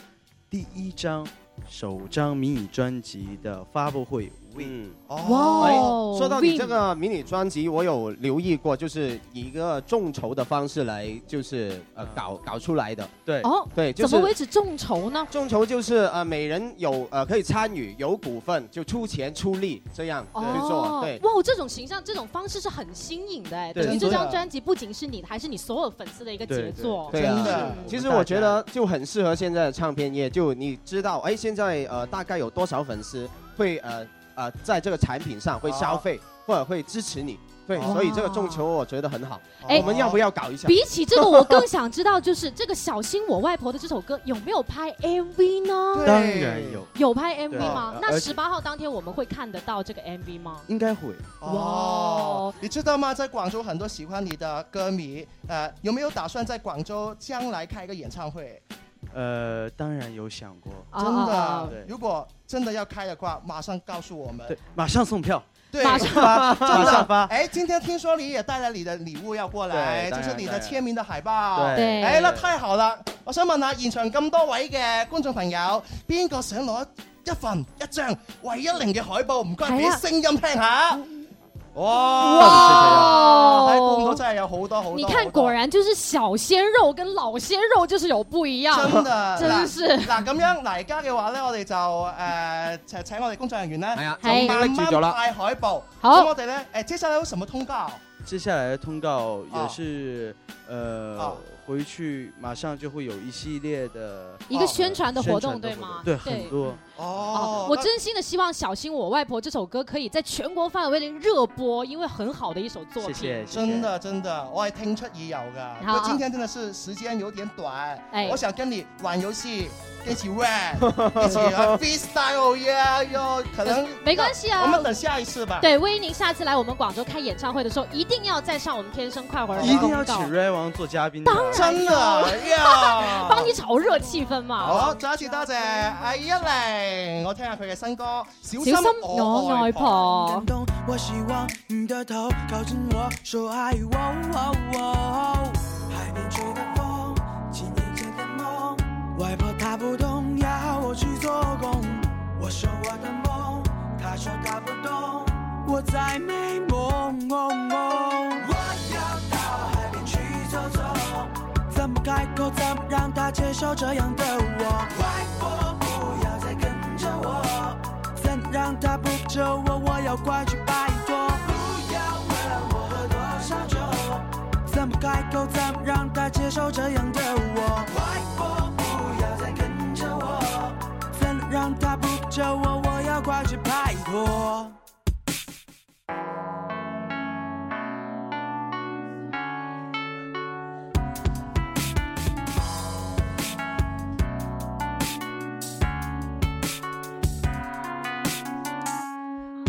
第一张首张迷你专辑的发布会。
嗯，
哇
哦
哦
说到你这个迷你专辑，我有留意过，就是以一个众筹的方式来，就是呃搞搞出来的。
对
哦，
对，就是
怎么为止众筹呢？
众筹就是呃每人有呃可以参与，有股份就出钱出力这样
哦
去做。对，
哇，这种形象、这种方式是很新颖的哎。
对
等于这
真
张
的
专辑不仅是你的，还是你所有粉丝的一个杰作。嗯
对
真
啊
的。
其实我觉得就很适合现在的唱片业，就你知道，哎，现在呃大概有多少粉丝会呃呃在这个产品上会消费或者会支持你？对，
哦
所以这个众筹我觉得很好。
哎
我们要不要搞一下？
比起这个，我 更想知道，就是这个《小心我外婆》的这首歌有没有拍 MV 呢？
当然有，
有拍 MV
对
吗
呃？
那
而
十八号当天我们会看得到这个 MV 吗？
应该会。
哦，你知道吗？在广州很多喜欢你的歌迷，呃，有没有打算在广州将来开一个演唱会？
呃，当然有想过，
哦
真的，
对
如果真的要开的话，马上告诉我们。
对，马上送票，
对，
马上发
真的
马上发
哎，今天听说你也带了你的礼物要过来，
对当
就
然
是你的签名的海报。
當然對
哎，
對
那太好啦！我想問下現場咁多位嘅觀眾朋友，邊個想攞一份一張唯一零嘅海報？唔該，俾
係啊
聲音聽下。哇哎
哇
喺廣州真係有好多好多。
你看，果然就是小鲜肉跟老鲜肉就是有不一样，
真 嘅，
真是。
嗱嗱咁樣，嗱而家嘅話咧，我哋就誒請請我哋工作人員咧，
啊
就
係
慢
拎住咗啦
慢派海報。
好
咁我哋咧誒，接下來有什麼通告？
接下来的通告
哦
也是、呃、回去马上就会有一系列的哦
一个宣传的活动
宣传
对
的活
吗
对，
对
很多。
哦
哦
我真心的希望《小心我外婆》这首歌可以在全国范围内热播，因为很好的一首作品。
真的真的，我係聽出耳油㗎。
好
不過今天真的是時間有點短，
哎
我想跟你玩遊戲，一 起 rap，一起 freestyle 呀哟，可能
没关系啊
我们等下一次吧。
对，威宁下次来我们广州开演唱会的时候，一定要再上我们《天生快活人》
一定要
公
请
告，
Ray 王做嘉宾的，啊哎当
真的呀
帮你炒热氣氛嘛。
好，再一次多謝阿一玲，我聽下佢嘅新歌《小
小心我
愛
外婆。
动，我希望你的头靠近我，说爱我。哦哦海边吹的风，几年前的梦，外婆她不懂，要我去做工。我说我的梦，她说她不懂，我在美梦。我要到海边去走走，怎么开口，怎么让她接受这样的我？外婆不要再跟着我。怎让他不救我？我要快去拜托。不要问我喝多少酒，怎么开口？怎么让他接受这样的我？外婆不要再跟着我，怎让他不救我？我要快去拜托。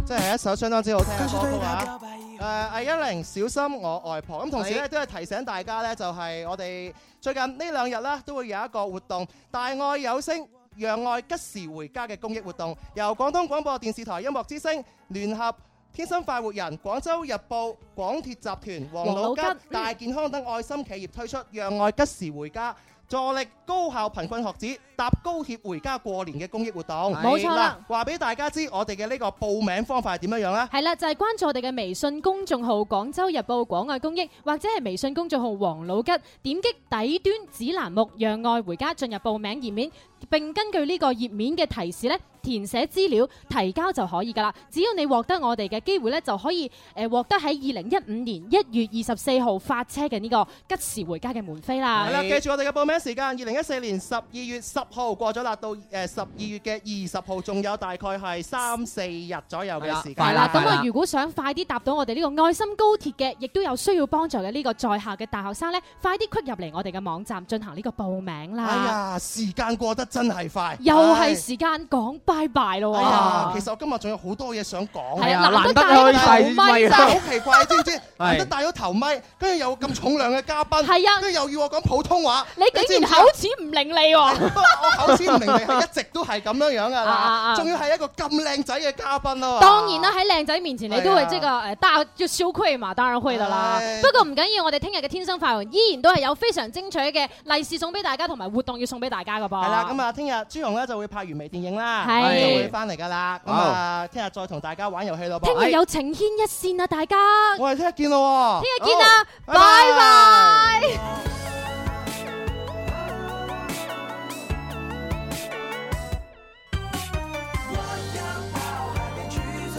真係一首相當之好聽嘅歌曲啊！誒、阿一玲，小心我外婆。咁同時咧
係
都係提醒大家咧，就係、我哋最近呢兩日啦，都會有一個活動——大愛有聲。讓愛吉時回家嘅公益活動，由廣東廣播電視台音樂之聲聯合天生快活人、廣州日報、廣鐵集團、黃
王老
老吉
吉、
大健康等愛心企業推出《讓愛吉時回家》。助力高校貧困學子搭高鐵回家過年嘅公益活動。
冇錯啦
嗱話俾大家知我哋嘅呢個報名方法係點樣樣啦。
係啦，就係關注我哋嘅微信公眾號《廣州日報廣愛公益》，或者係微信公眾號《黃老吉》，點擊底端指欄目《讓愛回家》進入報名頁面，並根據呢個頁面嘅提示咧。填寫資料提交就可以㗎啦，只要你獲得我哋嘅機會咧，就可以誒、呃、獲得喺二零一五年一月二十四號發車嘅呢個吉時回家嘅門飛啦。
係啦，記住我哋嘅報名時間，二零一四年十二月十號過咗啦，到誒十二月嘅二十號，仲有大概係三四日左右嘅時間。
係啦，咁啊，如果想快啲搭到我哋呢個愛心高鐵嘅，亦都有需要幫助嘅呢個在校嘅大學生呢，快啲 click 入嚟我哋嘅網站進行呢個報名啦。
哎呀，時間過得真係快，
又係
唉
時間講拜拜咯
哎呀，其
喎。
實我今日仲有好多嘢想講。
係啊難得難得戴咗頭咪啊
真係好奇怪，知 唔知？難
係
得戴咗頭咪，跟住有咁重量嘅嘉賓，
係啊
跟住又要我講普通話，
你
知
竟
唔
然
知
口
啊
齒唔伶俐喎！
我口齒唔伶俐，係一直都係咁樣樣噶
啊啊啊
啦，仲要係一個咁靚仔嘅嘉啊賓咯。
當然啦，喺靚仔面前你都會
係啊
即個誒大就羞愧嘛，當然會噶啦。
哎
不過唔緊要，我哋聽日嘅天生快活人依然都係有非常精彩嘅利是送俾大家，同埋活動要送俾大家噶噃。
係啦，咁啊，聽日朱紅咧就會拍完微電影啦，
係
就會翻嚟噶啦。咁啊，聽日再同大家玩遊戲咯噃。哎
聽日有情牽一線啊，大家。
我哋聽日見咯喎。
聽日見啦，
哦好
拜拜。
怎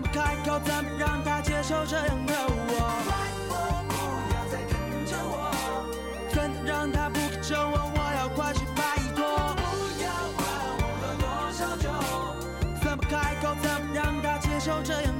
么开口？怎么让他接受这样的我？拜托，不要再跟着我。怎让他不跟着我？我要快去拜托。不要管我喝多少酒。怎么开口？怎么让他接受这样